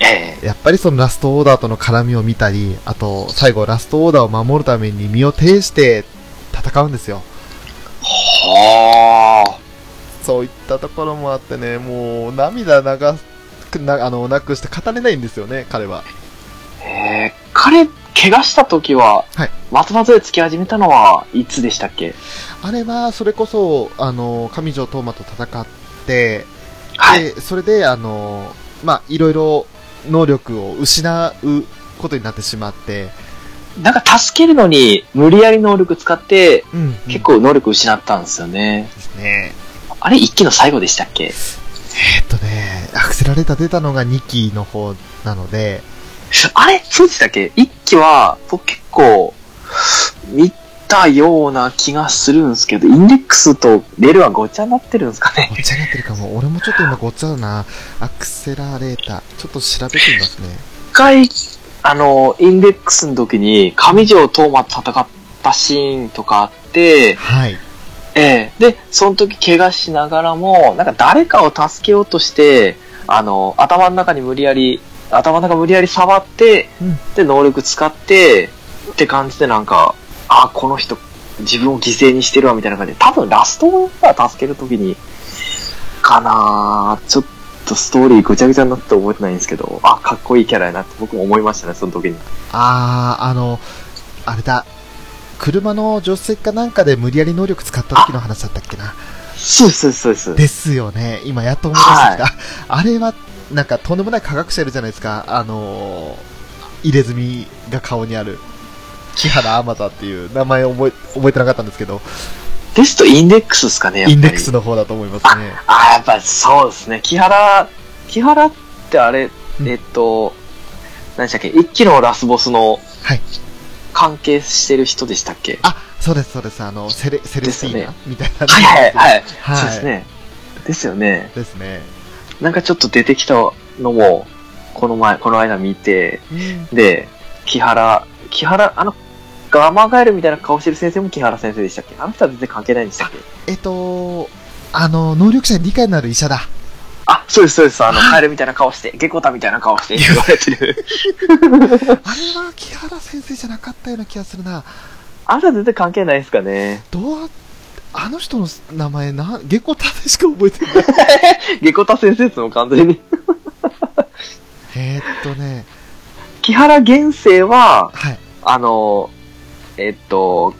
C: ええ
B: やっぱりそのラストオーダーとの絡みを見たり、あと最後ラストオーダーを守るために身を挺して戦うんですよ。
C: は
B: そういったところもあってね、もう涙流す、くなあのなくして語れないんですよね、彼は。
C: あ。えー、彼、怪我した時は、
B: はい
C: 松松で付き始めたのは、いつでしたっけ
B: あれは、それこそ、あの、上条トーマと戦って、
C: はい。
B: で、それで、あの、まあ、いろいろ能力を失うことになってしまって、
C: なんか助けるのに、無理やり能力使って、
B: うん、うん
C: 結構能力失ったんですよね。
B: ですね。
C: あれ、一期の最後でしたっけ
B: えっとね、アクセラレーター出たのが2期の方なので、
C: あれそうでしたっけ一期は、僕結構、見たような気がするんですけど、インデックスとレールはごっちゃになってるんですかね
B: ごっちゃになってるかも。俺もちょっと今ごっちゃだな。アクセラレーター。ちょっと調べてみますね。
C: 一回、あの、インデックスの時に、上条トーマと戦ったシーンとかあって、
B: はい。
C: ええで、その時怪我しながらも、なんか誰かを助けようとして、あの、頭の中に無理やり、頭の中無理やり触って、
B: うん
C: で、能力使って、って感じでなんか、あ、この人、自分を犠牲にしてるわ、みたいな感じで、多分ラストが助ける時に、かなぁちょっとストーリーぐちゃぐちゃになって覚えてないんですけど、あ、かっこいいキャラやなって僕も思いましたね、その時に。
B: あー、あの、あれだ。車の助手席かなんかで無理やり能力使った時の話だったっけな。
C: そうです、そうです、そうです。
B: ですよね。今やっと思い出してきた。あれは、なんかとんでもない科学者いるじゃないですか。あのー、入れ墨が顔にある。木原天太っていう名前を覚え覚えてなかったんですけど、
C: ですとインデックスですかね、やっぱ
B: イ
C: り
B: ンデックスの方だと思いますね。
C: あ、やっぱそうですね。木原、木原ってあれ、
B: うん
C: えっと、何でしたっけ、一期のラスボスの
B: はい。
C: 関係してる人でしたっけ
B: あ、そうです、そうです。あの、セレ、セレスイー
C: ですよ
B: ナ
C: ね
B: みたいな。。
C: はいはいはいい、
B: はい
C: そうですね。ですよね。
B: ですね。
C: なんかちょっと出てきたのも、この前、この間見て、
B: うん。
C: で、木原、木原、あの、ガマガエルみたいな顔してる先生も木原先生でしたっけあの人は全然関係ないんでしたっけ
B: えっと、あの、能力者に理解のある医者だ。
C: あ、そうです、そうです。あの、カエルみたいな顔して、ゲコタみたいな顔して言われてる。
B: あれは木原先生じゃなかったような気がするな。
C: あなた全然関係ないですかね。
B: どう、あの人の名前な、ゲコタでしか覚えてない。
C: ゲコタ先生ですもん、完全に。
B: えーっとね、
C: 木原玄生は、
B: はい。
C: あの、えっと、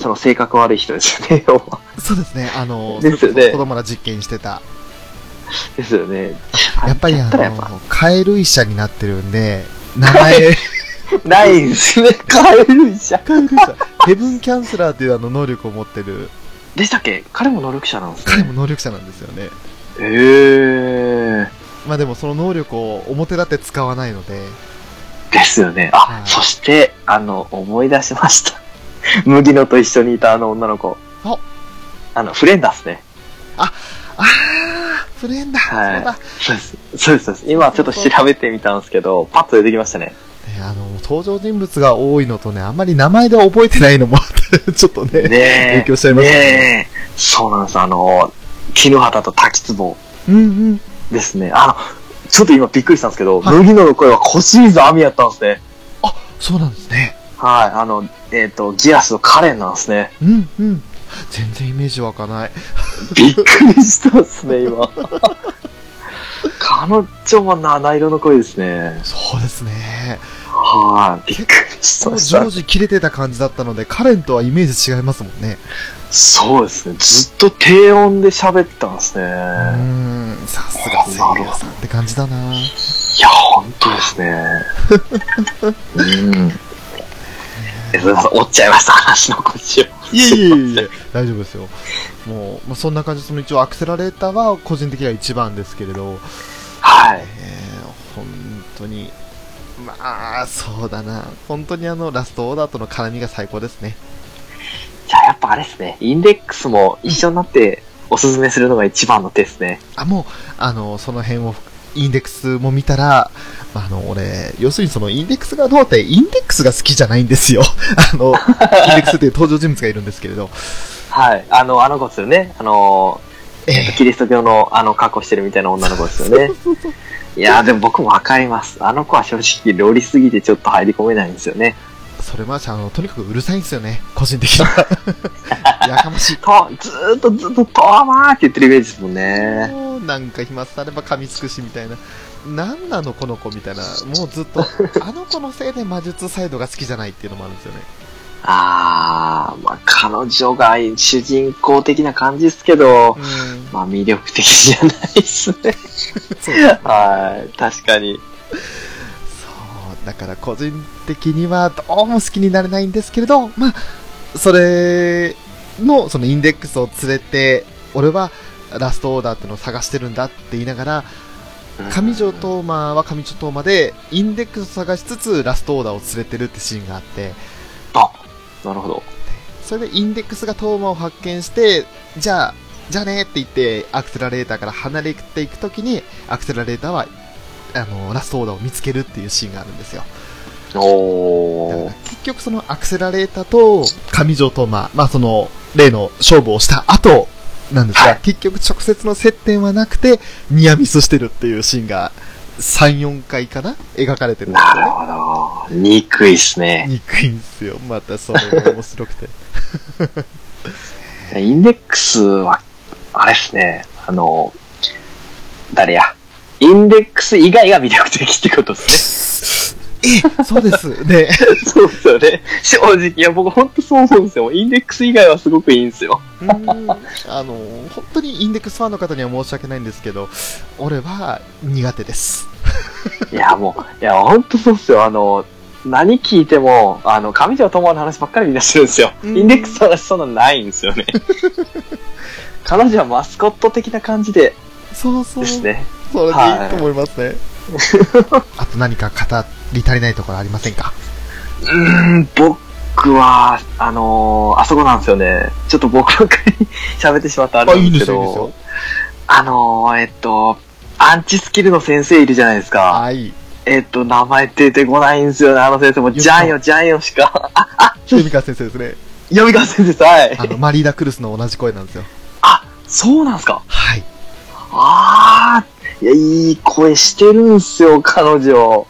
C: その性格悪い人ですよ ね。要は
B: そうですね、あの、
C: ですよね
B: それこそ子供ら実験してた。
C: ですよね。
B: やっぱり
C: だ
B: あ
C: ったらやっぱ
B: の、カエル医者になってるんで、名前、
C: ないんですね。 カエル医者。
B: カエル医者、 ヘブンキャンセラーっていうあの能力を持ってる、
C: でしたっけ彼も能力者なんです
B: 彼
C: ね。
B: も能力者なんですよね。
C: へえー。
B: まあでもその能力を表立って使わないので、
C: ですよね。
B: は
C: あ、
B: い
C: そして、あの、思い出しました。 麦野と一緒にいたあの女の子。
B: お
C: あの、フレンダですね。
B: あー、フレンだ、
C: はい
B: そうだ。
C: そうです。そうですそうです。今ちょっと調べてみたんですけど、パッと出てきましたね。
B: ねあの、登場人物が多いのとね、あんまり名前で覚えてないのもあって、 ちょっとね、
C: ねえ。
B: 影響しちゃいますね
C: ねえ。そうなんです。あの、絹畑と滝壺
B: うんうん。
C: ですね。あの、ちょっと今びっくりしたんですけど、
B: はい
C: 麦野の声は小清水亜美やったんですね。
B: あ、そうなんですね。
C: はい。あの、えっ、と、ギアスとカレンなんですね。
B: うんうん。全然イメージ湧かない。
C: びっくりしたっすね、今。彼女も七色の声ですね。
B: そうですね。
C: はい、びっくりしまし
B: 常
C: た。
B: 時切れてた感じだったので、カレンとはイメージ違いますもんね。
C: そうですね。ずっと低音で喋ってたんですね。
B: うーん、さすが声優さんって感じだな。
C: いや、本当ですね。うん。えすいません、折っちゃいました、話の腰を。
B: いえいえいえいえ、大丈夫ですよ。もう、まあ、そんな感じで、その一応アクセラレーターは個人的には一番ですけれど、
C: はい
B: え。ー、本当に、まあ、そうだな。本当にあの、ラストオーダーとの絡みが最高ですね。
C: じゃあやっぱあれですね、インデックスも一緒になっておすすめするのが一番の手ですね。
B: あ、もう、あの、その辺を、インデックスも見たら、まあ、あの、俺、要するにそのインデックスがどうって、インデックスが好きじゃないんですよ。 あの、インデックスっていう登場人物がいるんですけれど、
C: はい。あの、あの子ですよね。あの、
B: え
C: えっとキリスト教のあの格好してるみたいな女の子ですよね。いやーでも僕もわかります。あの子は正直料理すぎてちょっと入り込めないんですよね。
B: それまし、あの、とにかくうるさいんですよね、個人的には。 やかましい。
C: と、ずーっとずーっととーまーって言ってるイメージですもんね。
B: もうなんか暇されば噛みつくしみたいな。なんなのこの子みたいな。もうずっと、あの子のせいで魔術サイドが好きじゃないっていうのもあるんですよね。
C: あー、まあ彼女が主人公的な感じですけど
B: う、ん。
C: まあ魅力的じゃないです ね。
B: そうそう。
C: はい、確かに。
B: だから個人的にはどうも好きになれないんですけれど、まあ、それの、そのインデックスを連れて、俺はラストオーダーってのを探してるんだって言いながら、上条トーマは上条トーマで、インデックスを探しつつ、ラストオーダーを連れてるってシーンがあって、
C: あ、なるほど。
B: それでインデックスがトーマを発見して、じゃあ、じゃあねって言って、アクセラレーターから離れていくときに、アクセラレーターは、あの、ラストオーダーを見つけるっていうシーンがあるんですよ。だから
C: おー。
B: 結局そのアクセラレーターと上条トーマ、まあその、例の勝負をした後、なんですが、
C: はい
B: 結局直接の接点はなくて、ニアミスしてるっていうシーンが、3、4回かな描かれてるんです
C: な
B: よ
C: る
B: ね。
C: ほど。憎いっすね。
B: 憎いんですよ。またそれも面白くて。
C: インデックスは、あれですね、あの、誰や。インデックス以外が魅力的ってこ とです
B: そうです。ね。
C: ね。そうですよね。正直、いや、僕ほんとそう思うんですよ。インデックス以外はすごくいいんですよ。
B: うーんあの本当にインデックスファンの方には申し訳ないんですけど、俺は苦手です。
C: いや、もう、いや、ほんとそうっすよ。あの、何聞いても、あの、上条友の話ばっかりみんなしてるんですよ。
B: うん
C: インデックスの話そんなのないんです よね。彼女はマスコット的な感じで
B: そうそう。
C: ですね。
B: それでいいと思いますね。あと何か語り足りないところありませんか
C: うん、僕は、あのーあそこなんですよね。ちょっと僕ばっかり喋ってしまったあれ
B: あ、
C: ないん
B: いん
C: で
B: ですす
C: け
B: よ、いいんです
C: ど
B: よ、。
C: あのーえっと、アンチスキルの先生いるじゃないですか。
B: はい。
C: えっと、名前出てこないんですよね、あの先生も。
B: よっ
C: ジャンよ、ジャンよしか。 あ、
B: 蝉川先生ですね。
C: 読み川先生です。はい
B: あ。の、マリーダ・クルスの同じ声なんですよ。
C: あ、そうなんですか。
B: はい。
C: あー、いや、いい声してるんすよ、彼女。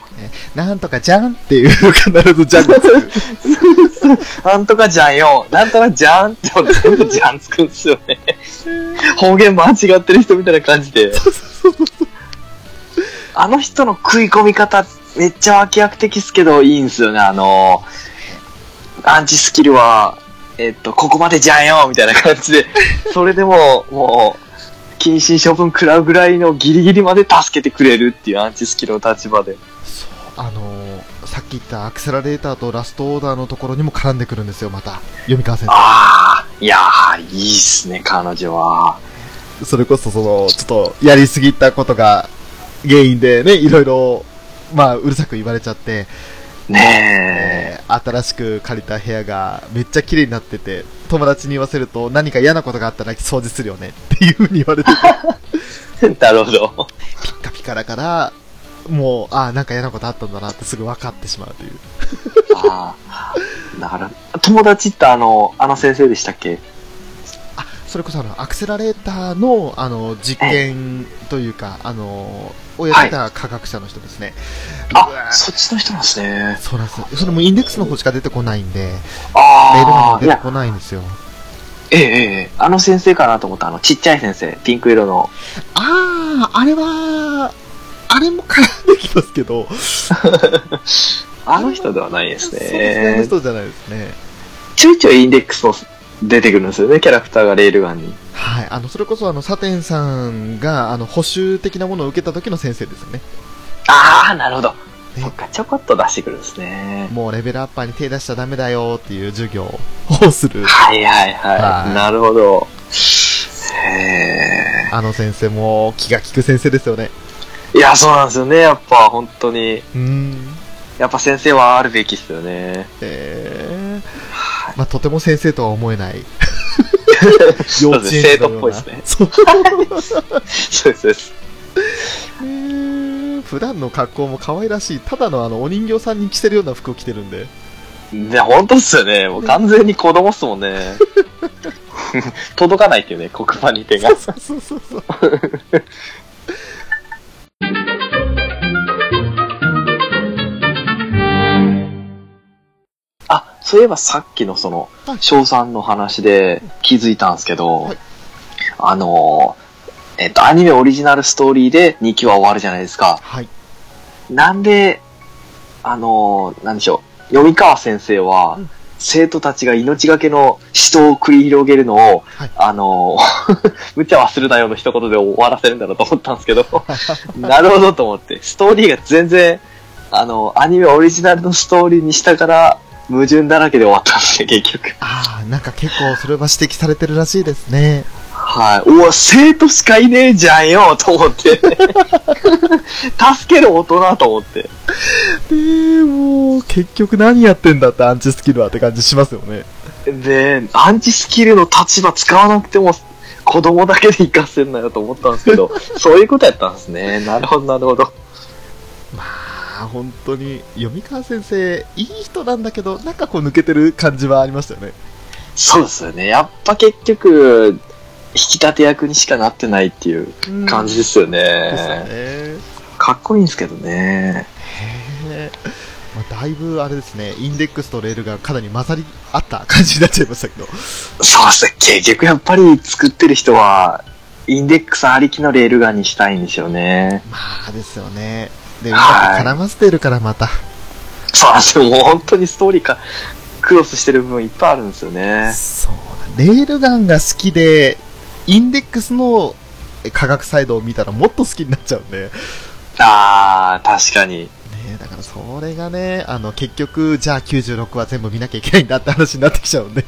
B: なんとかじゃんっていう、必ずじゃんがつく。
C: なんとかじゃんよ。なんとかじゃんって呼んで全部じゃんつくんですよね。方言間違ってる人みたいな感じで。あの人の食い込み方、めっちゃ脇役的っすけど、いいんすよね。あの、アンチスキルは、えっと、ここまでじゃんよみたいな感じで、それでも、もう、謹慎処分食らうぐらいのギリギリまで助けてくれるっていうアンチスキルの立場で。
B: そう、あのーさっき言ったアクセラレーターとラストオーダーのところにも絡んでくるんですよ、また。読川先
C: ああ、いやー、いいっすね、彼女は。
B: 生。それこそ、その、ちょっと、やりすぎたことが原因でね、いろいろ、まあ、うるさく言われちゃって、
C: ねえ。
B: えー新しく借りた部屋がめっちゃ綺麗になってて、友達に言わせると何か嫌なことがあったら掃除するよねっていう風に言われてて、
C: なるほど。
B: ピッカピカだから、もう、ああ、なんか嫌なことあったんだなってすぐ分かってしまうという。
C: ああ。なる友達ってあの、あの先生でしたっけ
B: あそれこそあのアクセラレーターのあの実験というか、あのをやってた科学者の人ですね、うわ
C: あ、
B: ー
C: そっちの人なんですね。
B: そうなんですそれもインデックスの方しか出てこないんで、メールに
C: あ
B: も
C: あ。
B: 出
C: い
B: て
C: や、
B: こないんですよ。
C: ええええええ。あの先生かなと思った。あの、ちっちゃい先生。ピンク色の。
B: あー、あれは、あれも絡んできますけど、
C: あの人ではないです
B: そうですね、あの
C: ね。
B: 人じゃないですね。
C: ちょいちょいインデックスの出てくるんですよね、キャラクターがレールガンに。
B: はい、あのそれこそあのサテンさんがあの補修的なものを受けた時の先生ですよね。
C: ああ、なるほど。
B: ね
C: そっか、ちょこっと出してくるんですね。
B: もうレベルアッパーに手出しちゃダメだよっていう授業をす る。
C: はいはいは。
B: はいい
C: なるほど。へえ。
B: あの先生も気が利く先生ですよね。
C: いや、そうなんですよね。やっぱ、本当に。
B: うーん。
C: やっぱ先生はあるべきっすよね。
B: えー、まあ、とても先生とは思えない。幼
C: そうですね生徒っぽいですね。
B: そう。
C: そうですそうです。
B: えー普段の格好も可愛らしい。ただのあの、お人形さんに着せるような服を着てるんで。
C: ね、本当っすよね。もう完全に子供っすもんね。 届かないっていうね、黒板に手が。
B: そうそうそうそう。
C: あ、そういえばさっきのその
B: はい、
C: 翔さんの話で気づいたんですけど、
B: はい
C: あのー、えっと、アニメオリジナルストーリーで2期は終わるじゃないですか。
B: はい。
C: なんで、あのー、なんでしょう、読川先生は、
B: うん
C: 生徒たちが命がけの死闘を繰り広げるのを、
B: はい
C: あのー、 無茶はするなよの一言で終わらせるんだろうと思ったんで すけど、なるほどと思って、ストーリーが全然、あのーアニメオリジナルのストーリーにしたから、矛盾だらけで終わったんですね、結局。
B: ああ、なんか結構それは指摘されてるらしいですね。
C: はい。うわ、生徒しかいねえじゃんよと 思って。助ける大人と思って。
B: でも、結局何やってんだってアンチスキルはって感じしますよね。
C: で、アンチスキルの立場使わなくても、子供だけで活かせんなよと思ったんですけど、 そういうことやったんですね。なるほど、なるほど。
B: まあ、本当に、読川先生、いい人なんだけど、なんかこう抜けてる感じはありましたよね。
C: そうですよね。やっぱ結局、引き立て役にしかなってないっていう感じですよ
B: ですよね。
C: ね。かっこいいんですけどね。
B: へえ、まあ、だいぶあれですね、インデックスとレールがかなり混ざり合った感じになっちゃいましたけど、
C: そうですね。結局やっぱり作ってる人は、インデックスありきのレールガンにしたいんでしょうね。
B: まあですよね、で、う
C: は
B: ま
C: い
B: く絡ませてるからまた、
C: そうなんですよ。もう本当にストーリーか、クロスしてる部分いっぱいあるんですよね。
B: そうだレールガンが好きで、インデックスの科学サイドを見たらもっと好きになっちゃうんで、ね
C: あー、確かに。
B: えだからそれがね、あの結局、じゃあ96は全部見なきゃいけないんだって話になってきちゃうんで、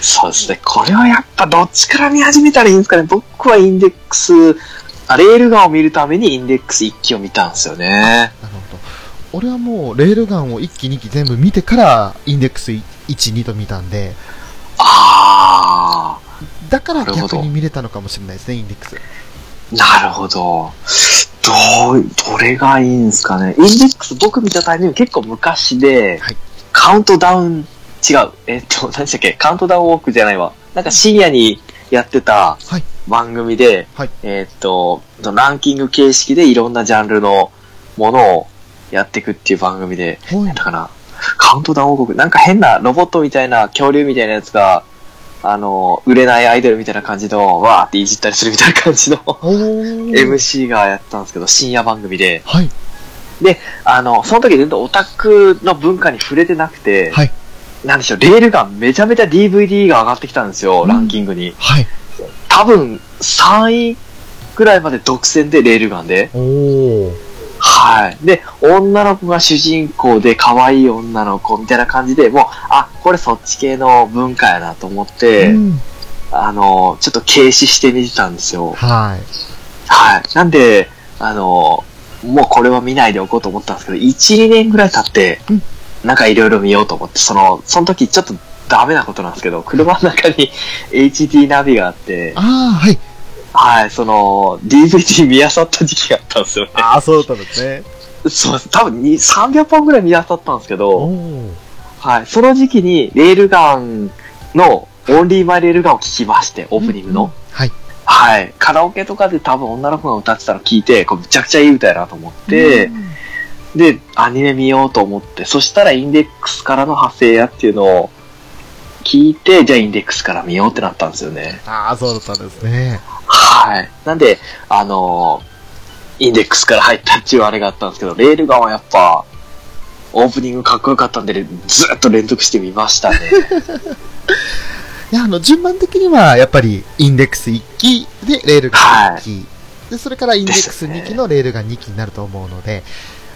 C: そうですね。これはやっぱどっちから見始めたらいいんですかね。僕はインデックスあレールガンを見るためにインデックス1期を見たんですよね。
B: なるほど。俺はもう、レールガンを1機2機全部見てから、インデックス1、2と見たんで、
C: あ
B: だから
C: なるほ
B: 逆
C: ど
B: に見れたのかもしれないですね、インデックス。
C: ー、なるほど。どう、どれがいいんですかね。インデックス僕見たタイミング結構昔で、
B: はい
C: カウントダウン、違う、えっと、何でしたっけ、カウントダウンウォークじゃないわ。なんか深夜にやってた
B: はい
C: 番組で、
B: はい
C: えっと、ランキング形式でいろんなジャンルのものをやっていくっていう番組で、
B: ほい
C: だ。から、カウントダウン王国、なんか変なロボットみたいな恐竜みたいなやつが、あの、売れないアイドルみたいな感じの、わーっていじったりするみたいな感じの
B: おー。
C: MC がやったんですけど、深夜番組で、
B: はい。
C: あの、その時全然オタクの文化に触れてなくて、
B: はい
C: なんでしょう、レールガンめちゃめちゃ DVD が上がってきたんですよ、
B: うん
C: ランキングに。
B: はい。
C: 多分、3位ぐらいまで独占で、レールガンで。
B: おー。
C: はい。で、女の子が主人公で可愛い女の子みたいな感じで、もう、あ、これそっち系の文化やなと思って、
B: うん。
C: あの、ちょっと軽視して見てたんですよ。
B: はい。
C: はい。なんで、あの、もうこれは見ないでおこうと思ったんですけど、1、2年ぐらい経って
B: うん、
C: なんかいろいろ見ようと思って、その、その時ちょっとダメなことなんですけど、車の中に HD ナビがあって、
B: あー、はい。
C: はい、その、DVD 見漁った時期があったんですよね。
B: あー、そうだったんですね。
C: そうです。多分に300本ぐらい見漁ったんですけど、
B: おー。
C: はい。その時期に、レールガンの、オンリーマイレールガンを聞きまして、オープニングの。
B: うんはい。
C: はい。カラオケとかで多分女の子が歌ってたの聞いて、これめちゃくちゃいい歌やなと思って、で、アニメ見ようと思って、そしたらインデックスからの派生やっていうのを聞いて、じゃあインデックスから見ようってなったんですよね。
B: あー、そうだったんですね。
C: はい。なんで、あのーインデックスから入ったっていうあれがあったんですけど、レールガンはやっぱ、オープニングかっこよかったんで、ずっと連続してみまし たね。
B: いや、あの、順番的には、やっぱり、インデックス1機で、レールが1機、で、それからインデックス2機のレールが2機になると思うので、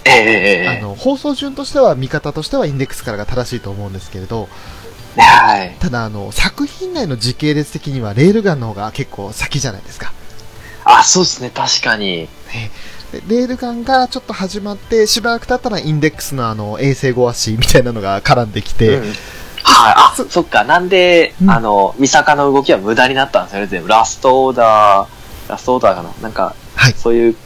C: ええええ
B: あ
C: え
B: の、放送順としては、見方としてはインデックスからが正しいと思うんですけれど、
C: え。はい。
B: ただ、あの、作品内の時系列的には、レールガンの方が結構先じゃないですか。
C: あ、そうですね、確かに。
B: でレールガンがちょっと始まって、しばらく経ったら、インデックスのあの、衛星語足みたいなのが絡んできて、
C: うんはい。あ、
B: そ
C: そっか。なんで、
B: うん
C: あの、ミサカの動きは無駄になったんですよね、全部。ラストオーダー、ラストオーダーかな。なんか、
B: はい
C: そういう、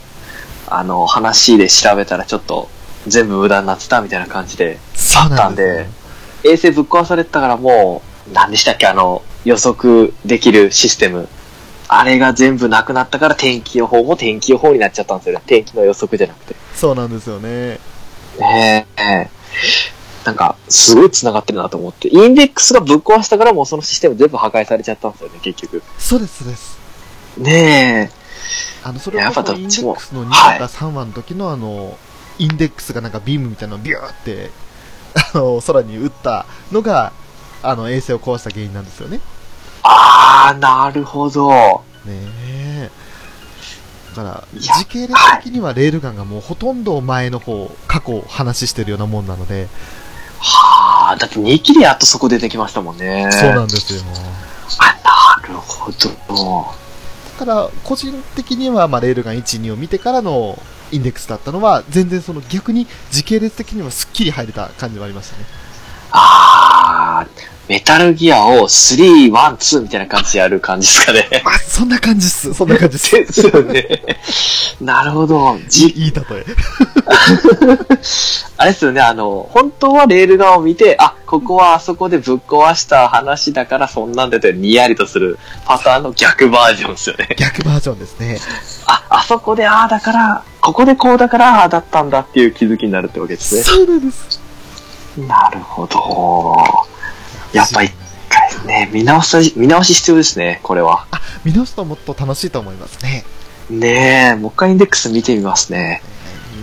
C: あの、話で調べたらちょっと、全部無駄になってたみたいな感じで、
B: そうなんですよ
C: あったんで衛星ぶっ壊されてたからもう、何でしたっけ、あの、予測できるシステム。あれが全部なくなったから天気予報も天気予報になっちゃったんですよね。天気の予測じゃなくて。
B: そうなんですよね。
C: ねえなんか、すごい繋がってるなと思って。インデックスがぶっ壊したからもうそのシステム全部破壊されちゃったんですよね、結局。
B: そうです、そうです。
C: ね
B: あの、それ
C: や
B: は
C: っぱ
B: こそ
C: どっ
B: インデ
C: ち
B: ッ
C: も
B: クスの2話か3話の時のあの、インデックスがなんかビームみたいなのをビューって、 あの、空に打ったのが、あの、衛星を壊した原因なんですよね。
C: え。あー、なるほど。
B: ねえ。だから、
C: いや
B: 時系列的にはレールガンがもうほとんど前の方、過去を話してるようなもんなので、
C: はあ、だって2期でやっとそこ出てきましたもんね。
B: そうなんですよ。
C: あ、なるほど。
B: だから、個人的には、まあ、レールガン1、2を見てからのインデックスだったのは、全然その逆に時系列的にはすっきり入れた感じはありましたね。
C: あー、メタルギアを3、1、2みたいな感じでやる感じですかね。
B: あ、そんな感じっす。そんな感じっ す。
C: ですよね。なるほど。じ、
B: いい例え。
C: あれですよね、あの、本当はレール側を見て、あ、ここはあそこでぶっ壊した話だからそんなんでてにやりとするパターンの逆バージョンですよね。
B: 逆バージョンですね。
C: あ、あそこでああだから、ここでこうだからああだったんだっていう気づきになるってわけです
B: そうなんです。
C: ね。なるほど。やっぱ一回ね、見直し、見直し必要ですね、これは。
B: 見直すともっと楽しいと思いますね。
C: ねえ、もう一回インデックス見てみますね。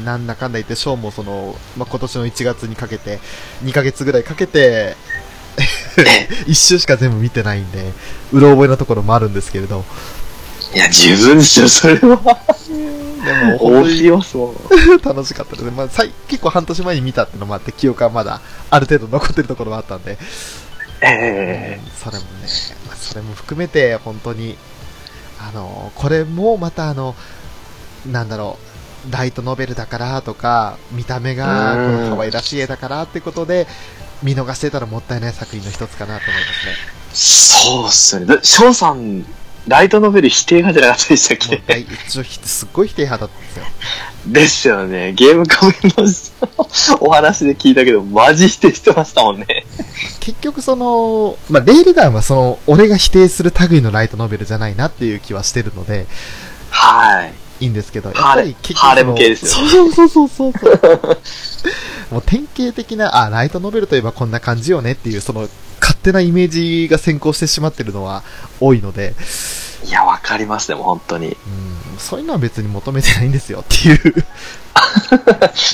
B: なんだかんだ言って、ショーもその、まあ、今年の1月にかけて、2ヶ月ぐらいかけ て、一周しか全部見てないんで、うろ覚えなところもあるんですけれど。
C: いや、十分ですよ、それは。
B: でも、
C: 多
B: 本
C: いよ、そう。
B: 当に楽しかったですね。まあ、さい結構半年前に見たってのもあって、記憶はまだ、ある程度残ってるところはあったんで、
C: ええ
B: それもね、まあそれも含めて、本当に、あの、これもまたあの、なんだろう、ライトノベルだからとか、見た目がこ
C: うん
B: の可愛らしい絵だからってことで、見逃してたらもったいない作品の一つかなと思いますね。
C: そうっすよね。だ翔さん、ライトノベル否定派じゃなかったでしたっ
B: も
C: け
B: ったい一応ひすっごい否定派だったんですよ。
C: ですよね。ゲームカメのお話で聞いたけど、マジ否定してましたもんね。
B: 結局その、まあ、レイルガンはその、俺が否定する類のライトノベルじゃないなっていう気はしてるので、
C: はい。
B: いいんですけど、や
C: ハ
B: っ
C: ー
B: ぱ
C: レ
B: り結局その
C: ハーレム系ですよ
B: そうそうそうそうそう。もう典型的な、あ、ライトノベルといえばこんな感じよねっていう、その、勝手なイメージが先行してしまってるのは多いので、
C: いや、わかりますね、もう本当に。
B: うん、そういうのは別に求めてないんですよっていう。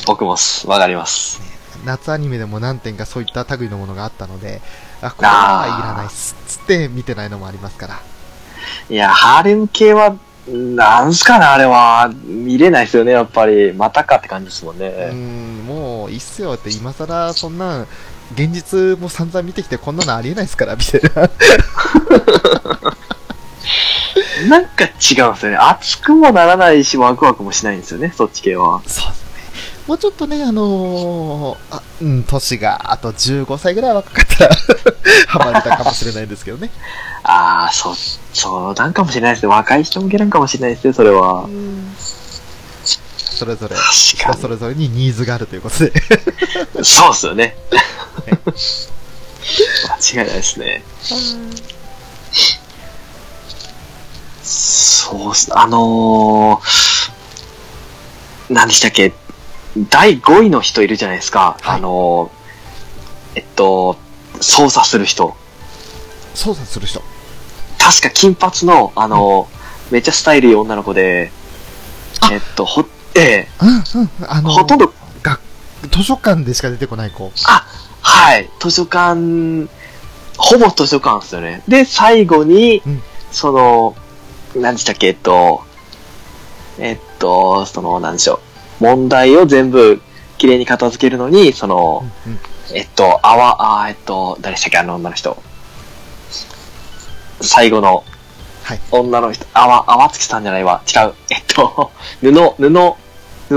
C: 僕もっす。わかります。
B: 夏アニメでも何点かそういった類のものがあったので、あ、これはいらないっす。つって見てないのもありますから。
C: いや、ハーレム系は、なんすかね、あれは。見れないですよね、やっぱり。またかって感じですもん
B: う
C: ね。
B: ん、もういいっすよって、今更そんなん、現実も散々見てきてこんなのありえないっすから、みたいな。
C: なんか違うんですよね。熱くもならないし、ワクワクもしないんですよね、そっち系は。
B: そうですね。もうちょっとね、あのーあ、うん、年があと15歳ぐらい若かったら、 ハマれたかもしれないですけどね。
C: ああ、そう、そうなんかもしれないですね。若い人向けなんかもしれないですね、それは。
B: それぞれ、
C: 確
B: 人それぞれにニーズがあるということで。
C: に。そうっすよね。間違いないですね。そうっす。あのー、何でしたっけ第5位の人いるじゃないですか。
B: はい
C: あのー、えっと、操作する人。
B: 操作する人。
C: 確か金髪の、あのー、めっちゃスタイルいい女の子で、
B: あ
C: えっと、ほ、ええ
B: うん、うん、あのー
C: ほとんど、
B: 学図書館でしか出てこない子。
C: はい、図書館、ほぼ図書館ですよね。で、最後に、
B: うん
C: その、何でしたっけ、えっと、えっと、その、何でしょう。問題を全部、綺麗に片付けるのに、その、
B: うんうん
C: えっと、あわ、あーえっと、誰でしたっけ、あの女の人。最後の、
B: はい
C: 女の人、あわ、あわつきさんじゃないわ。違う。えっと、布、布、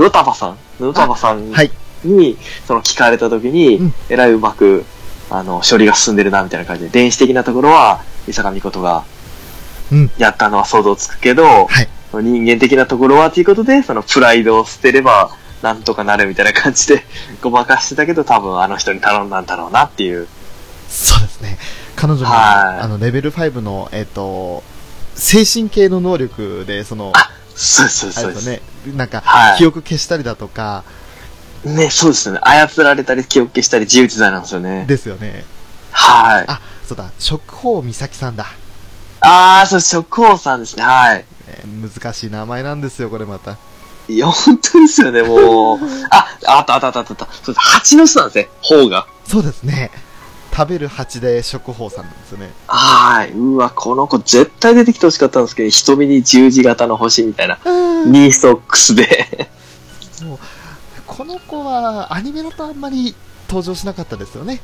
C: 布束さん。布束さん
B: はい。
C: に、その聞かれた時に、
B: うん
C: えらいうまく、あの、処理が進んでるな、みたいな感じで、電子的なところは、伊坂美琴が
B: うん、
C: やったのは想像つくけど、
B: はい
C: 人間的なところは、ということで、そのプライドを捨てれば、なんとかなるみたいな感じで、 ごまかしてたけど、多分あの人に頼んだんだろうなっていう。
B: そうですね。彼女も、
C: はい
B: あの、レベル5の、えっ、と、精神系の能力で、その、
C: あそうそう
B: あ
C: そ
B: れ
C: うで
B: と
C: す。ね
B: ね、なんか、
C: はい
B: 記憶消したりだとか、
C: そうですよね。操られたり、記憶消したり、自由自在なんですよね。
B: ですよね。
C: はい。
B: あ、そうだ、食宝美咲さんだ。
C: あー、そう、職王さんですね。はい。
B: えー難しい名前なんですよ、これまた。
C: いや、本当ですよね、もう。あ、あったあったあったあった。そうです。蜂の巣なんですね、方が。
B: そうですね。食べる蜂で食宝さんなんですよね。
C: はーい。うわ、この子絶対出てきてほしかったんですけど、瞳に十字型の星みたいな。ニーソックスで。
B: この子は、アニメだとあんまり登場しなかったですよね。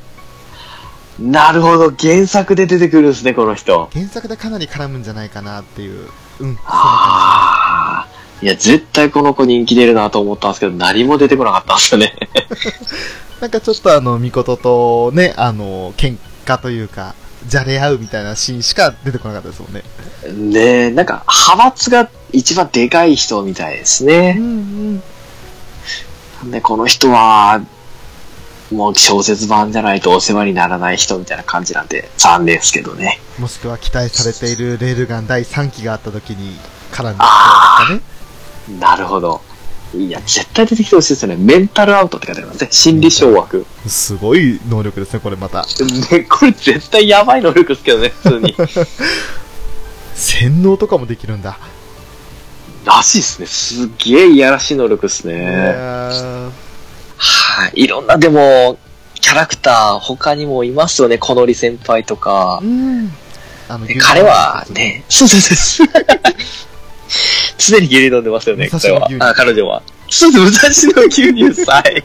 C: なるほど、原作で出てくるんですね、この人。
B: 原作でかなり絡むんじゃないかなっていう。うん、そんな感
C: あー。いや、絶対この子人気出るなと思ったんですけど、何も出てこなかったんですよね。
B: じ。なんかちょっとあの、みこととね、あの、喧嘩というか、じゃれ合うみたいなシーンしか出てこなかったですもんね。
C: ねえ、 なんか、派閥が一番でかい人みたいですね。
B: んうん。
C: で、この人は、もう小説版じゃないとお世話にならない人みたいな感じなんで、残念ですけどね。
B: もしくは期待されているレールガン第3期があった時に絡んできたと
C: あ
B: かね。
C: なるほど。いや、絶対出てきてほしいですよね。メンタルアウトって書いてありますね。心理掌握。
B: すごい能力ですね、これまた。
C: ね、これ絶対やばい能力ですけどね、普通に。
B: 洗脳とかもできるんだ。
C: らしいですね。すげえいやらしい能力です
B: い
C: ね。
B: やー
C: はい、いろんな、でも、キャラクター、他にもいますよね。このり先輩とか。
B: うん。あの
C: ね彼は、ね、そうそ うそうです。常に牛乳飲んでますよね、
B: 武
C: 彼
B: 蔵野
C: は
B: 牛。乳
C: あ、彼女は。そうです、武蔵野牛乳さ え。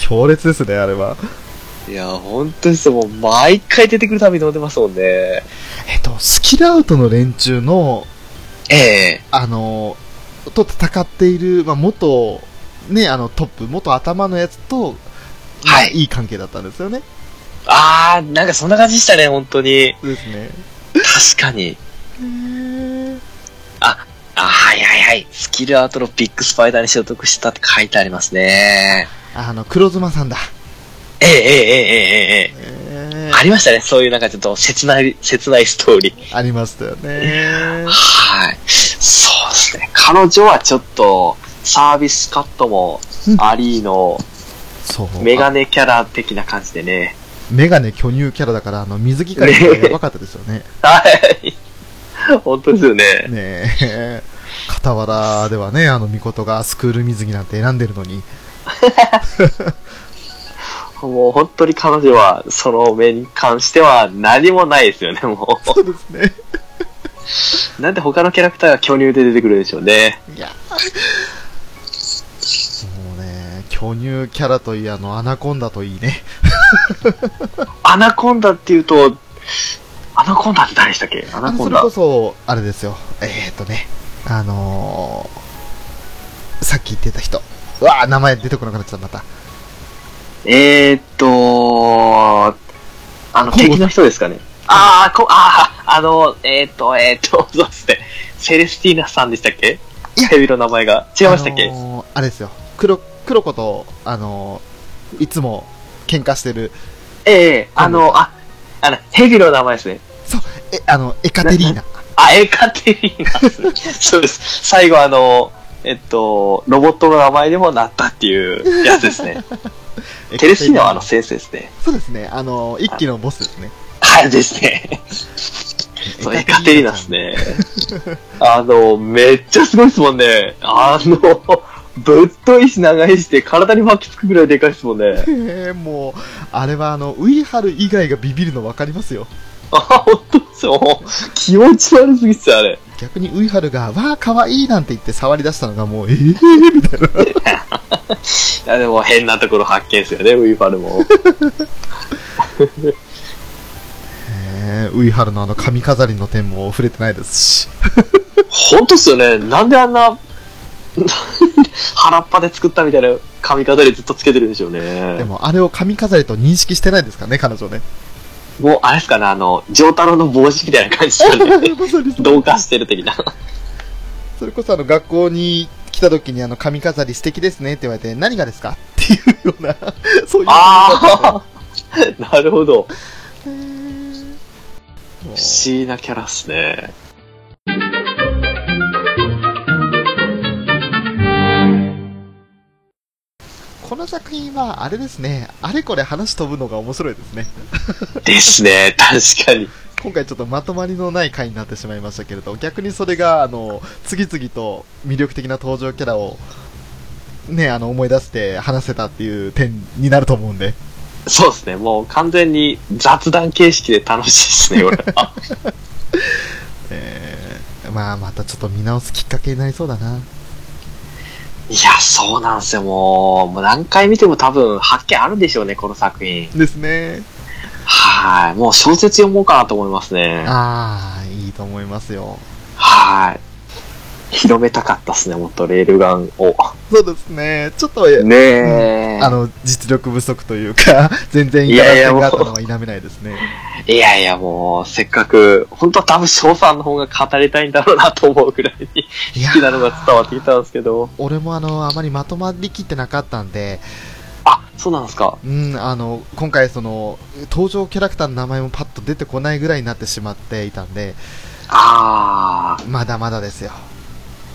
B: 強烈ですね、あれは。
C: いや、本当ですよ、もう毎回出てくるたびに飲んでますもんね。
B: えっと、スキルアウトの連中の、
C: ええ
B: あの、と戦っている、まあ、元、ね、あの、トップ、元頭のやつと、まあ
C: はい
B: いい関係だったんですよね。
C: あー、なんかそんな感じでしたね、本当に。
B: そうですね。
C: 確かに。あ、はいはいはい。スキルアートのビッグスパイダーに所属したって書いてありますね。
B: あの、黒妻さんだ。
C: えええええええええ
B: え
C: え。
B: ー
C: ありましたね、そういうなんかちょっと切ない、切ないストーリー。
B: ありましたよね。
C: はい。そうですね。彼女はちょっと、サービスカットも
B: うん
C: ありの、
B: そう。
C: メガネキャラ的な感じでね。
B: メガネ巨乳キャラだから、あの、水着からやばかったですよね。
C: はい。本当ですよね。
B: ねえ。傍らではね、あの、みことがスクール水着なんて選んでるのに、
C: もう本当に彼女は、その面に関しては何もないですよね、も
B: そうですね。
C: う。なんで他のキャラクターが巨乳で出てくるでしょうね。
B: いや。もうね、巨乳キャラといい、あの、アナコンダといいね。
C: アナコンダっていうと、アナコンダって誰でしたっけア
B: あ
C: ナ
B: の、
C: コ
B: そ
C: ン
B: れ
C: ダ
B: こ。そ、あれですよ。えー、っとね、あのー、さっき言ってた人。うわあ名前出てこなくなっちゃった、また。
C: えー、っと、あの、
B: コンゴ
C: 敵の人ですかね。あー、こあー、あの、えー、っと、えー、っと、 そうですね。セレスティーナさんでしたっけ
B: いや
C: ヘビの名前が。違いましたっけ、
B: あのーあれですよ。黒、黒子と、あのーいつも喧嘩してる、
C: ええあの、あ、あの、ヘビの名前ですね。
B: え、あの、エカテリーナ。
C: あ、エカテリ ーナですね。そうです。最後、あの、えっと、ロボットの名前にもなったっていうやつですね。テレスティーナはあの先生ですね。
B: そうですね。あのー、一期のボスですね。
C: はいですね。 そう、エカテリーナですね。 あの、めっちゃすごいですもんね。あの、ぶっといし長いして体に巻きつくぐらいでかいですもんね。
B: えー もう、あれはあの、ウイハル以外がビビるの分かりますよ。
C: あ、ほんとそう。気持ち悪すぎっすよ、あれ。
B: 逆にウイハルが、わあ、可愛いなんて言って触り出したのがもう、ええ
C: いや、でも変なところ発見ですよね、ウィーファルも。
B: えーウイハルのあの髪飾りの点も触れてないですし。
C: ほんとっすよね。なんであんな、腹っぱで作ったみたいな髪飾りずっとつけてるんでしょう
B: で
C: ね。
B: も、あれを髪飾りと認識してないですからね、彼女ね。
C: もう、あれですかね、あの、ジョータロの帽子みたいな感じなんで
B: まさにそう
C: 同化してる的な。
B: それこそあの、学校に来た時にあの、髪飾り素敵ですねって言われて、何がですかっていうような、そういう。
C: ああ なるほど。
B: もう
C: 不思議なキャラっすね。
B: この作品は、あれですね、あれこれ話飛ぶのが面白いですね。
C: ですね、確かに。
B: 今回ちょっとまとまりのない回になってしまいましたけれど逆にそれがあの次々と魅力的な登場キャラをねあの思い出して話せたっていう点になると思うんで
C: そうですね、もう完全に雑談形式で楽しいですね、 これは。
B: まあまたちょっと見直すきっかけになりそうだない
C: や、そうなんですよ、もう。もう何回見ても多分発見あるんでしょうね、この作品。
B: ですね
C: はい。もう小説読もうかなと思いますね。
B: ああいいと思いますよ
C: はい。広めたかったっすね、もっとレールガンを。
B: そうですねちょっと
C: ねえ。
B: あの実力不足というか 全然い
C: い
B: かな
C: やい
B: 点
C: や
B: があったのは否めないですね
C: いやいや、もう、せっかく、本当は多分翔さんの方が語りたいんだろうなと思うくらいに
B: いや
C: 好きなのが伝わってきたんですけど。
B: 俺もあのあまりまとまりきってなかったんで
C: あ、そうなんですか。
B: うん、あの今回その、登場キャラクターの名前もパッと出てこないぐらいになってしまっていたんで、
C: あ
B: まだまだですよ。